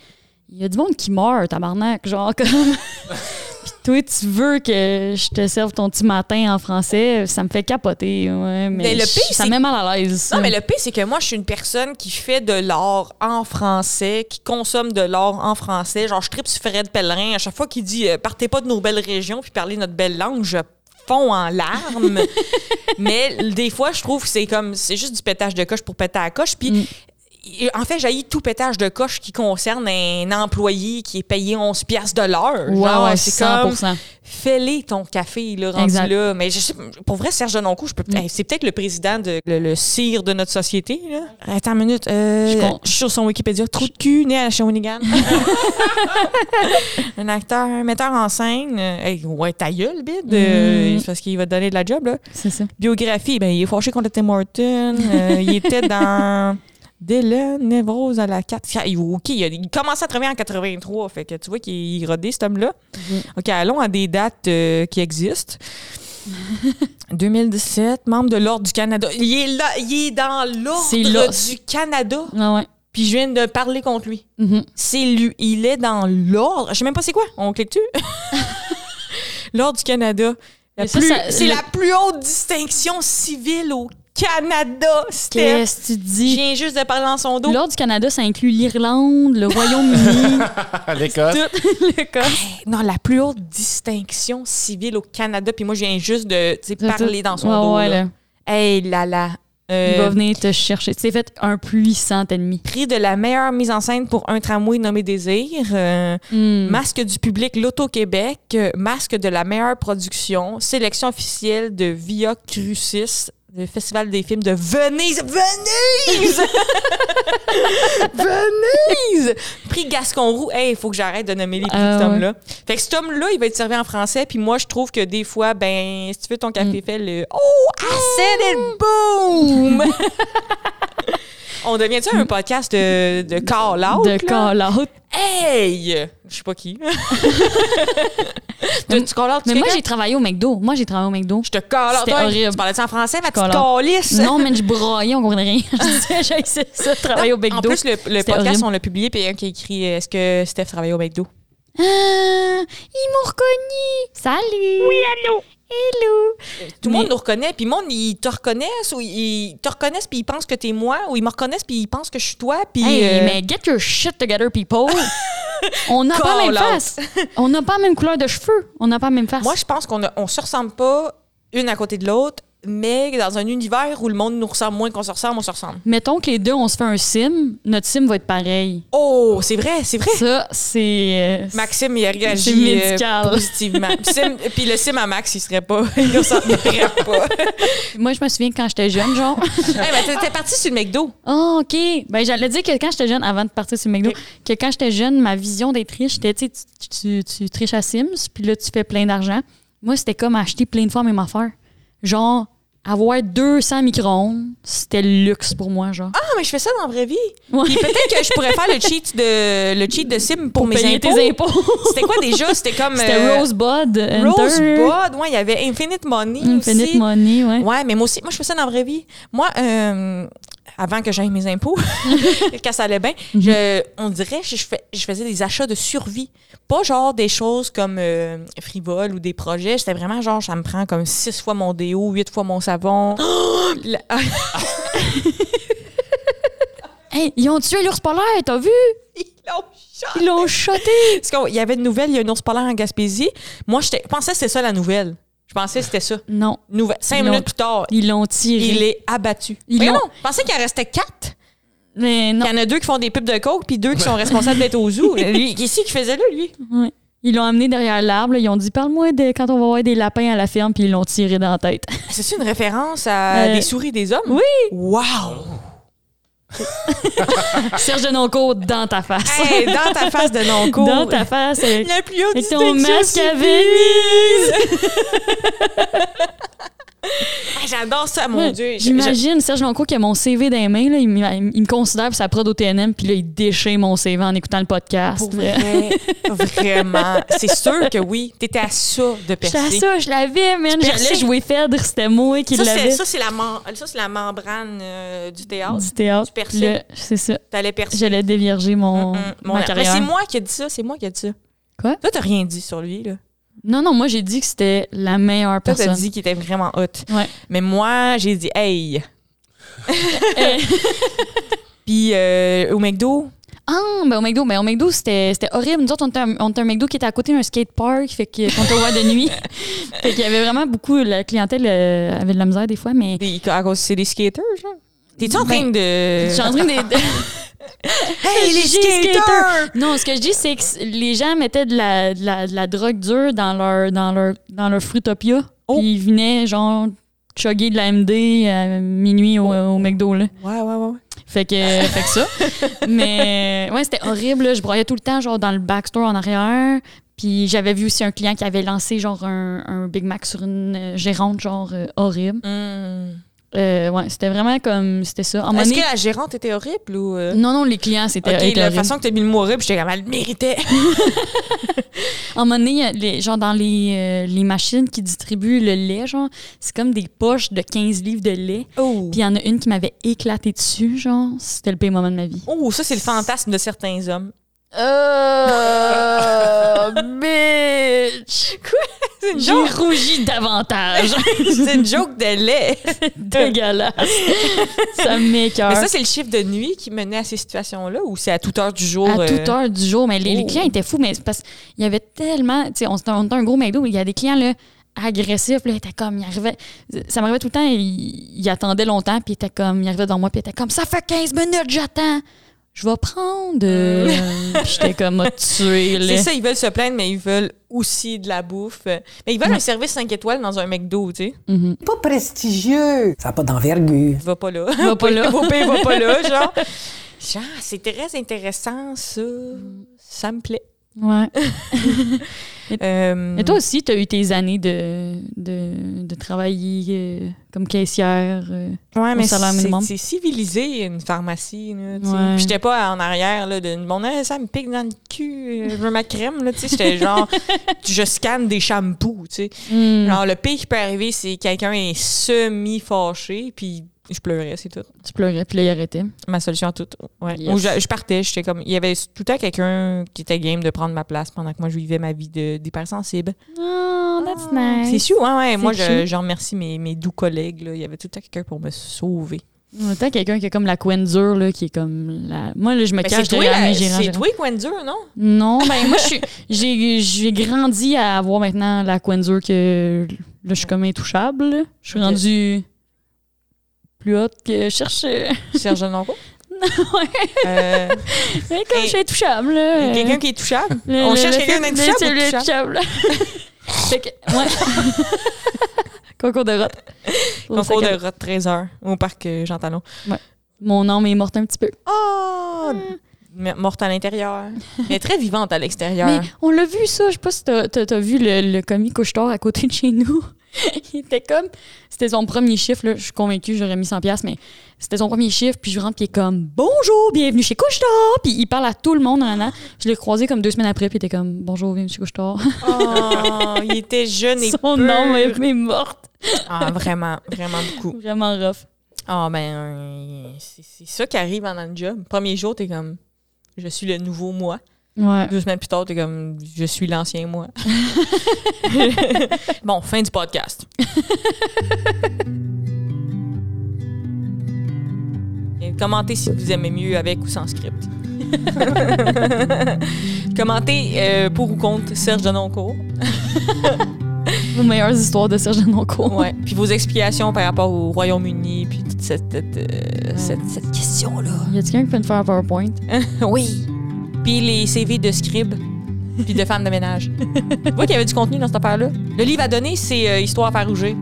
S1: il y a du monde qui meurt, tabarnak. Genre, comme. Puis toi, tu veux que je te serve ton petit matin en français, ça me fait capoter. Ouais, mais,
S2: Mais le
S1: je-
S2: pire,
S1: ça
S2: c'est
S1: me met
S2: que-
S1: mal à l'aise. ça.
S2: Non, mais le pire, c'est que moi, je suis une personne qui fait de l'art en français, qui consomme de l'art en français. Genre, je tripe sur Fred Pellerin. À chaque fois qu'il dit euh, partez pas de nos belles régions puis parlez notre belle langue, je fonds en larmes. mais des fois, je trouve que c'est comme. C'est juste du pétage de coche pour péter à la coche. Puis.
S1: Mm.
S2: et- En fait, j'ai tout pétage de coche qui concerne un employé qui est payé 11 piastres de l'heure.
S1: Ouais,
S2: Genre,
S1: ouais,
S2: c'est comme
S1: 100%.
S2: fais-les ton café, là, rendu
S1: Exact.
S2: là. Mais je sais- pour vrai, Serge Denoncourt, je peux peut- hey, c'est peut-être le président, de, le, le sire de notre société. Là. Attends une minute. euh,
S1: Je con-
S2: je suis sur son Wikipédia. Trou de cul, né à la Shawinigan. un acteur, un metteur en scène. Euh, hey, ouais, ta gueule, bide. euh,
S1: Mm.
S2: c'est parce qu'il va te donner de la job. Là.
S1: C'est ça.
S2: Biographie, ben, il est fâché contre Tim Horton. euh, il était dans... Dylan, névrose à la 4. Ah, il- OK, il a il commençait à travailler en 83. Fait que tu vois qu'il est rodé, cet homme-là.
S1: Mm-hmm.
S2: OK, allons à des dates euh, qui existent. 2017, membre de l'Ordre du Canada. Il est là, il est dans
S1: C'est là.
S2: l'Ordre du Canada.
S1: Ah ouais.
S2: Puis je viens de parler contre lui.
S1: Mhm.
S2: C'est lui. Il est dans l'ordre. Je sais même pas c'est quoi. On clique dessus. l'ordre du Canada. La
S1: Mais ça,
S2: plus-
S1: ça-
S2: C'est
S1: le-
S2: la plus haute distinction civile au Canada, Steph.
S1: Qu'est-ce que tu
S2: Je
S1: dis?
S2: viens juste de parler dans son dos.
S1: L'ordre du Canada, ça inclut l'Irlande, le Royaume-Uni,
S7: À l'Écosse.
S1: l'Écosse.
S2: Non, la plus haute distinction civile au Canada. Puis moi, je viens juste de tu sais,
S1: C'est
S2: parler
S1: tout.
S2: dans son
S1: Ouais,
S2: dos.
S1: ouais,
S2: là.
S1: là.
S2: Hey là là.
S1: Il
S2: Euh,
S1: va venir te chercher. Tu t'es fait un puissant ennemi.
S2: prix de la meilleure mise en scène pour un tramway nommé Désir. Euh,
S1: Hmm.
S2: Masque du public Loto-Québec, euh, masque de la meilleure production, sélection officielle de Via Crucis, le Festival des films de Venise. Venise! Venise! Prix Gascon Roux. Hey, il faut que j'arrête de nommer les prix
S1: Ah,
S2: de cet homme-là. Fait que cet homme-là, il va être servi en français, puis moi, je trouve que des fois, ben, si tu veux ton café,
S1: Hmm.
S2: fait le « Oh, I said it, boom! » On devient-tu un podcast de, de call-out?
S1: de
S2: là?
S1: call-out.
S2: Hey! Je sais pas qui. Tu- tu colles out, tu
S1: Mais moi,
S2: quelqu'un?
S1: j'ai travaillé au McDo. Moi, j'ai travaillé au Mcdo.
S2: Je te colle out.
S1: C'était
S2: Toi,
S1: horrible.
S2: Tu parlais en français, ma petite
S1: Call
S2: calisse?
S1: Non, mais je broyais, on comprenait rien. Je disais, j'ai essayé ça, travailler au McDo.
S2: En plus, le, le
S1: C'était
S2: podcast,
S1: horrible.
S2: on l'a publié, puis il y a un qui a écrit euh, Est-ce que Steph travaille au McDo?
S1: Ah, ils m'ont reconnu. Salut. Oui, allô. Hello.
S2: Tout le
S1: Mais-
S2: monde nous reconnaît, puis le monde, ils te reconnaissent, ou ils te reconnaissent, puis ils pensent que t'es moi, ou ils me reconnaissent, puis ils pensent que je suis toi, puis.
S1: Hey,
S2: euh,
S1: mais get your shit together, people. on n'a pas la
S2: Call
S1: même
S2: out.
S1: face. On n'a pas la même couleur de cheveux. On n'a pas la même face.
S2: Moi, je pense qu'on a- on se ressemble pas une à côté de l'autre, mais dans un univers où le monde nous ressemble moins qu'on se ressemble, on se ressemble.
S1: Mettons que les deux, on se fait un sim. Notre sim va être pareil.
S2: Oh, c'est vrai, c'est vrai.
S1: Ça, c'est... euh,
S2: Maxime, il a
S1: C'est
S2: réagi euh,
S1: médical.
S2: positivement. Puis Sim- Puis le sim à Max, il serait pas. Il ressemblerait pas.
S1: Moi, je me souviens que quand j'étais jeune, genre...
S2: hey, mais t'es- t'es parti sur le McDo.
S1: Ah, OK. Ben, j'allais dire que quand j'étais jeune, avant de partir sur le McDo, que quand j'étais jeune, ma vision d'être riche, c'était, tu, sais, tu, tu- tu triches à Sims, puis là, tu fais plein d'argent. Moi, c'était comme acheter plein de fois la même affaire. Genre, avoir 200 micro-ondes, c'était le luxe pour moi, genre.
S2: Ah, mais je fais ça dans la vraie vie.
S1: Ouais.
S2: Puis peut-être que je pourrais faire le cheat de, le cheat de sim pour, mes
S1: payer
S2: impôts.
S1: tes impôts.
S2: C'était quoi déjà? C'était comme.
S1: c'était
S2: euh,
S1: Rosebud. Enter.
S2: Rosebud. Ouais, il y avait Infinite Money.
S1: Infinite
S2: aussi.
S1: Money, ouais.
S2: Ouais, mais moi aussi, moi, je fais ça dans la vraie vie. Moi, euh, avant que j'aille mes impôts, quand ça allait bien, je- on dirait que je, fais- je faisais des achats de survie. Pas genre des choses comme euh, frivoles ou des projets. C'était vraiment genre, ça me prend comme six fois mon déo, huit fois mon savon. La-
S1: Hey, ils ont tué l'ours polaire, t'as vu?
S2: Ils l'ont shot.
S1: Ils l'ont shoté.
S2: Parce qu'on- Il y avait une nouvelle, il y a un ours polaire en Gaspésie. Moi, j'étais- je pensais que c'était ça la nouvelle. Je pensais que c'était ça.
S1: Non,
S2: Nouvelle. Cinq
S1: Ils l'ont-
S2: minutes plus tard,
S1: ils l'ont tiré.
S2: il est abattu.
S1: Ils
S2: Mais
S1: l'ont-
S2: non, je pensais qu'il en restait quatre.
S1: Mais non,
S2: Il y en a deux qui font des pipes de coke, puis deux qui sont responsables d'être au zoo. Lui, qui c'est qui faisait là, lui?
S1: ouais. ils l'ont amené derrière l'arbre. là. Ils ont dit, parle-moi de quand on va avoir des lapins à la ferme, puis ils l'ont tiré dans la tête.
S2: C'est une référence à
S1: Euh,
S2: des souris des hommes?
S1: oui.
S2: Wow!
S1: Serge Denoncourt dans ta face.
S2: Ah. Hey, dans ta face de non-cours.
S1: Dans ta face. euh,
S2: La plus haute
S1: Avec ton
S2: distinction
S1: masque à
S2: civile. J'adore ça, mon
S1: Ouais,
S2: Dieu.
S1: J'imagine Serge Loncourt qui a mon CV dans les mains, là, il, me- il me considère pour sa prod au TNM, puis là, il déchire mon CV en écoutant le podcast.
S2: Pour vrai, vraiment. C'est sûr que oui. T'étais à ça de
S1: J'étais
S2: percer.
S1: à ça, je l'avais, man.
S2: Tu
S1: J'allais
S2: perçais.
S1: jouer Phèdre, c'était moi qui
S2: Ça, c'est-
S1: l'avais.
S2: ça, c'est la, mem- ça, c'est la membrane euh, du théâtre.
S1: Du théâtre.
S2: Tu perçais.
S1: puis là, C'est ça.
S2: T'allais percer.
S1: J'allais dévierger mon,
S2: Hum, mon-
S1: ma
S2: Mais
S1: carrière.
S2: c'est moi qui ai dit ça. C'est moi qui ai dit ça.
S1: Quoi?
S2: Toi, t'as rien dit sur lui, là.
S1: Non, non, moi, j'ai dit que c'était la meilleure
S2: Toi, t'as
S1: personne.
S2: dit qu'il était vraiment hot.
S1: Ouais.
S2: Mais moi, j'ai dit « Hey! » Puis euh, au McDo,
S1: Ah, ben au McDo, ben au McDo, c'était c'était horrible. Nous autres, on était, un, on était un McDo qui était à côté d'un skatepark, fait que quand on voit de nuit. fait qu'il y avait vraiment beaucoup, la clientèle euh, avait de la misère des fois, mais
S2: des- à cause c'est des skaters, genre. T'es-tu en train
S1: Ben,
S2: de...
S1: je suis en train de- de-
S2: Hey, les
S1: J'ai
S2: skaters!
S1: Non, ce que je dis, c'est que c- les gens mettaient de la, de la, de la drogue dure dans leur, dans leur, dans leur Fruitopia. Puis ils venaient, genre, chugger de la MD à minuit au, au McDo, là.
S2: Ouais, ouais, ouais.
S1: Fait que, fait que ça. Mais ouais, c'était horrible. là. Je broyais tout le temps, genre, dans le backstore en arrière. Puis j'avais vu aussi un client qui avait lancé, genre, un, un Big Mac sur une euh, gérante, genre, euh, horrible.
S2: Hum.
S1: Euh, ouais, c'était vraiment comme. C'était ça. En un moment
S2: Est-ce que
S1: donné-
S2: la gérante était horrible ou... euh?
S1: Non, non, les clients, c'était.
S2: OK,
S1: étaient
S2: la
S1: horribles.
S2: façon que t'as mis le mot horrible, j'étais comme « Elle le méritait!
S1: À un moment donné, euh, les, genre dans les, euh, les machines qui distribuent le lait, genre, c'est comme des poches de 15 livres de lait. »
S2: Oh!
S1: Puis il y en a une qui m'avait éclaté dessus, genre, c'était le pire moment de ma vie.
S2: Oh, ça, c'est le fantasme de certains hommes.
S1: Euh.
S2: Euh,
S1: bitch!
S2: C'est une
S1: J'ai
S2: joke!
S1: rougi davantage.
S2: c'est une joke de lait!
S1: Dégueulasse. ça
S2: Mais
S1: m'écoeure.
S2: ça, c'est le chiffre de nuit qui menait à ces situations-là ou c'est à toute heure du jour?
S1: À
S2: euh,
S1: toute heure du jour. Mais les, les
S2: Oh.
S1: clients étaient fous, mais c'est parce qu'il y avait tellement. Tu sais, on était on était un gros McDo, mais il y a des clients là, agressifs, là, ils étaient comme, ils arrivaient. Ça m'arrivait tout le temps, ils, ils attendaient longtemps, puis ils étaient comme, ils arrivaient dans moi, puis ils étaient comme, ça fait 15 minutes, j'attends. Je vais prendre. euh, Puis j'étais comme, m'a tué, là.
S2: C'est ça, ils veulent se plaindre, mais ils veulent aussi de la bouffe. Mais ils veulent
S1: Ouais.
S2: un service 5 étoiles dans un McDo, tu sais.
S1: Mhm.
S12: Pas prestigieux. Ça n'a pas d'envergure.
S2: Va pas là.
S1: Va pas là.
S2: va pas- va pas là, genre. Genre, c'est très intéressant, ça. Ça me plaît.
S1: Ouais.
S2: Euh,
S1: Mais toi aussi, tu as eu tes années de, de, de travailler euh, comme caissière. euh.
S2: Ouais,
S1: au
S2: mais
S1: salaire
S2: c'est
S1: minimum.
S2: c'est civilisé une pharmacie. Là, tu sais.
S1: Ouais.
S2: Puis j'étais pas en arrière là, de bon, Ah, ça me pique dans le cul, euh, je veux ma crème. Là, tu sais. j'étais genre, je scanne des shampoos. Tu sais.
S1: Hmm,
S2: Genre, le pire qui peut arriver, c'est quelqu'un est semi-fâché, puis je pleurais, c'est tout.
S1: tu pleurais, puis là, il arrêtait.
S2: Ma solution à tout. Ouais.
S1: Yes.
S2: Ou je, je partais, j'étais comme. Il y avait tout le temps quelqu'un qui était game de prendre ma place pendant que moi, je vivais ma vie de- d'hypersensible.
S1: Oh, that's
S2: C'est
S1: nice.
S2: chou, Ah, ouais, ouais.
S1: C'est
S2: Moi, je,
S1: cute.
S2: je remercie mes, mes doux collègues. là. Il y avait tout le temps quelqu'un pour me sauver.
S1: En même temps, quelqu'un qui a comme la couenne dure, là, qui est comme la. Moi, là, je me
S2: Mais Ben, c'est
S1: cache
S2: toi,
S1: derrière
S2: la-
S1: mes gérants.
S2: c'est
S1: gérants.
S2: toi, Gwen Dur, non?
S1: Non, ben moi, je suis- j'ai j'ai grandi à avoir maintenant la couenne dure que. Là, je suis comme intouchable. là. Je suis
S2: Ok.
S1: rendue plus haute que. Je cherche.
S2: Serge Longo? Euh,
S1: Mais comme je suis intouchable, là. euh,
S2: quelqu'un qui est touchable?
S1: le-
S2: On
S1: le-
S2: cherche
S1: le-
S2: quelqu'un
S1: le-
S2: d'intouchable ou
S1: le-
S2: de
S1: le-
S2: touchable?
S1: touchable. fait que, ouais. Concours de rote.
S2: Concours de Rod 13 heures au parc euh, Jean Talon.
S1: Mon nom est morte un petit peu.
S2: Oh!
S1: Hmm.
S2: Mais Morte à l'intérieur. Mais très vivante à
S1: Mais
S2: l'extérieur.
S1: on l'a vu, ça. Je sais pas si t'as as, vu le, le commis couche-tard à côté de chez nous. il était comme... C'était son premier chiffre, là. Je suis convaincue, j'aurais mis 100 pièces mais c'était son premier chiffre. Puis je rentre, puis il est comme « Bonjour, bienvenue chez couche-tard! » Puis il parle à tout le monde, nanana. Je l'ai croisé comme deux semaines après, puis il était comme « Bonjour, bienvenue chez couche-tard!
S2: Oh, il était jeune » et
S1: Son
S2: pur.
S1: nom est, est morte.
S2: Ah, vraiment, vraiment beaucoup.
S1: Vraiment rough.
S2: Ah, ben, euh, c'est c'est ça qui arrive en un job. Premier jour, t'es comme, je suis le nouveau moi.
S1: Ouais.
S2: Deux semaines plus tard, t'es comme, je suis l'ancien moi. bon, fin du podcast. Et commentez si vous aimez mieux avec ou sans script. commentez euh, pour ou contre Serge Denoncourt.
S1: Vos meilleures histoires de Serge Denoncourt.
S2: Ouais. Puis vos explications par rapport au Royaume-Uni, puis toute cette, euh, cette, cette question-là.
S1: Y a quelqu'un qui peut me faire un PowerPoint?
S2: oui. Puis les CV de scribe, puis de femmes de ménage. tu vois qu'il y avait du contenu dans cette affaire-là. Le livre à donner, c'est euh, Histoire à faire rougir.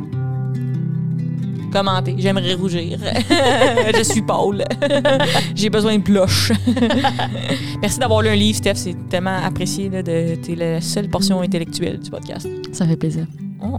S2: Commentez. J'aimerais rougir. Je suis Paul. J'ai besoin de blush. Merci d'avoir lu un livre, Steph. C'est tellement apprécié. là, de- T'es la seule portion intellectuelle du podcast.
S1: Ça fait plaisir.
S2: Oh.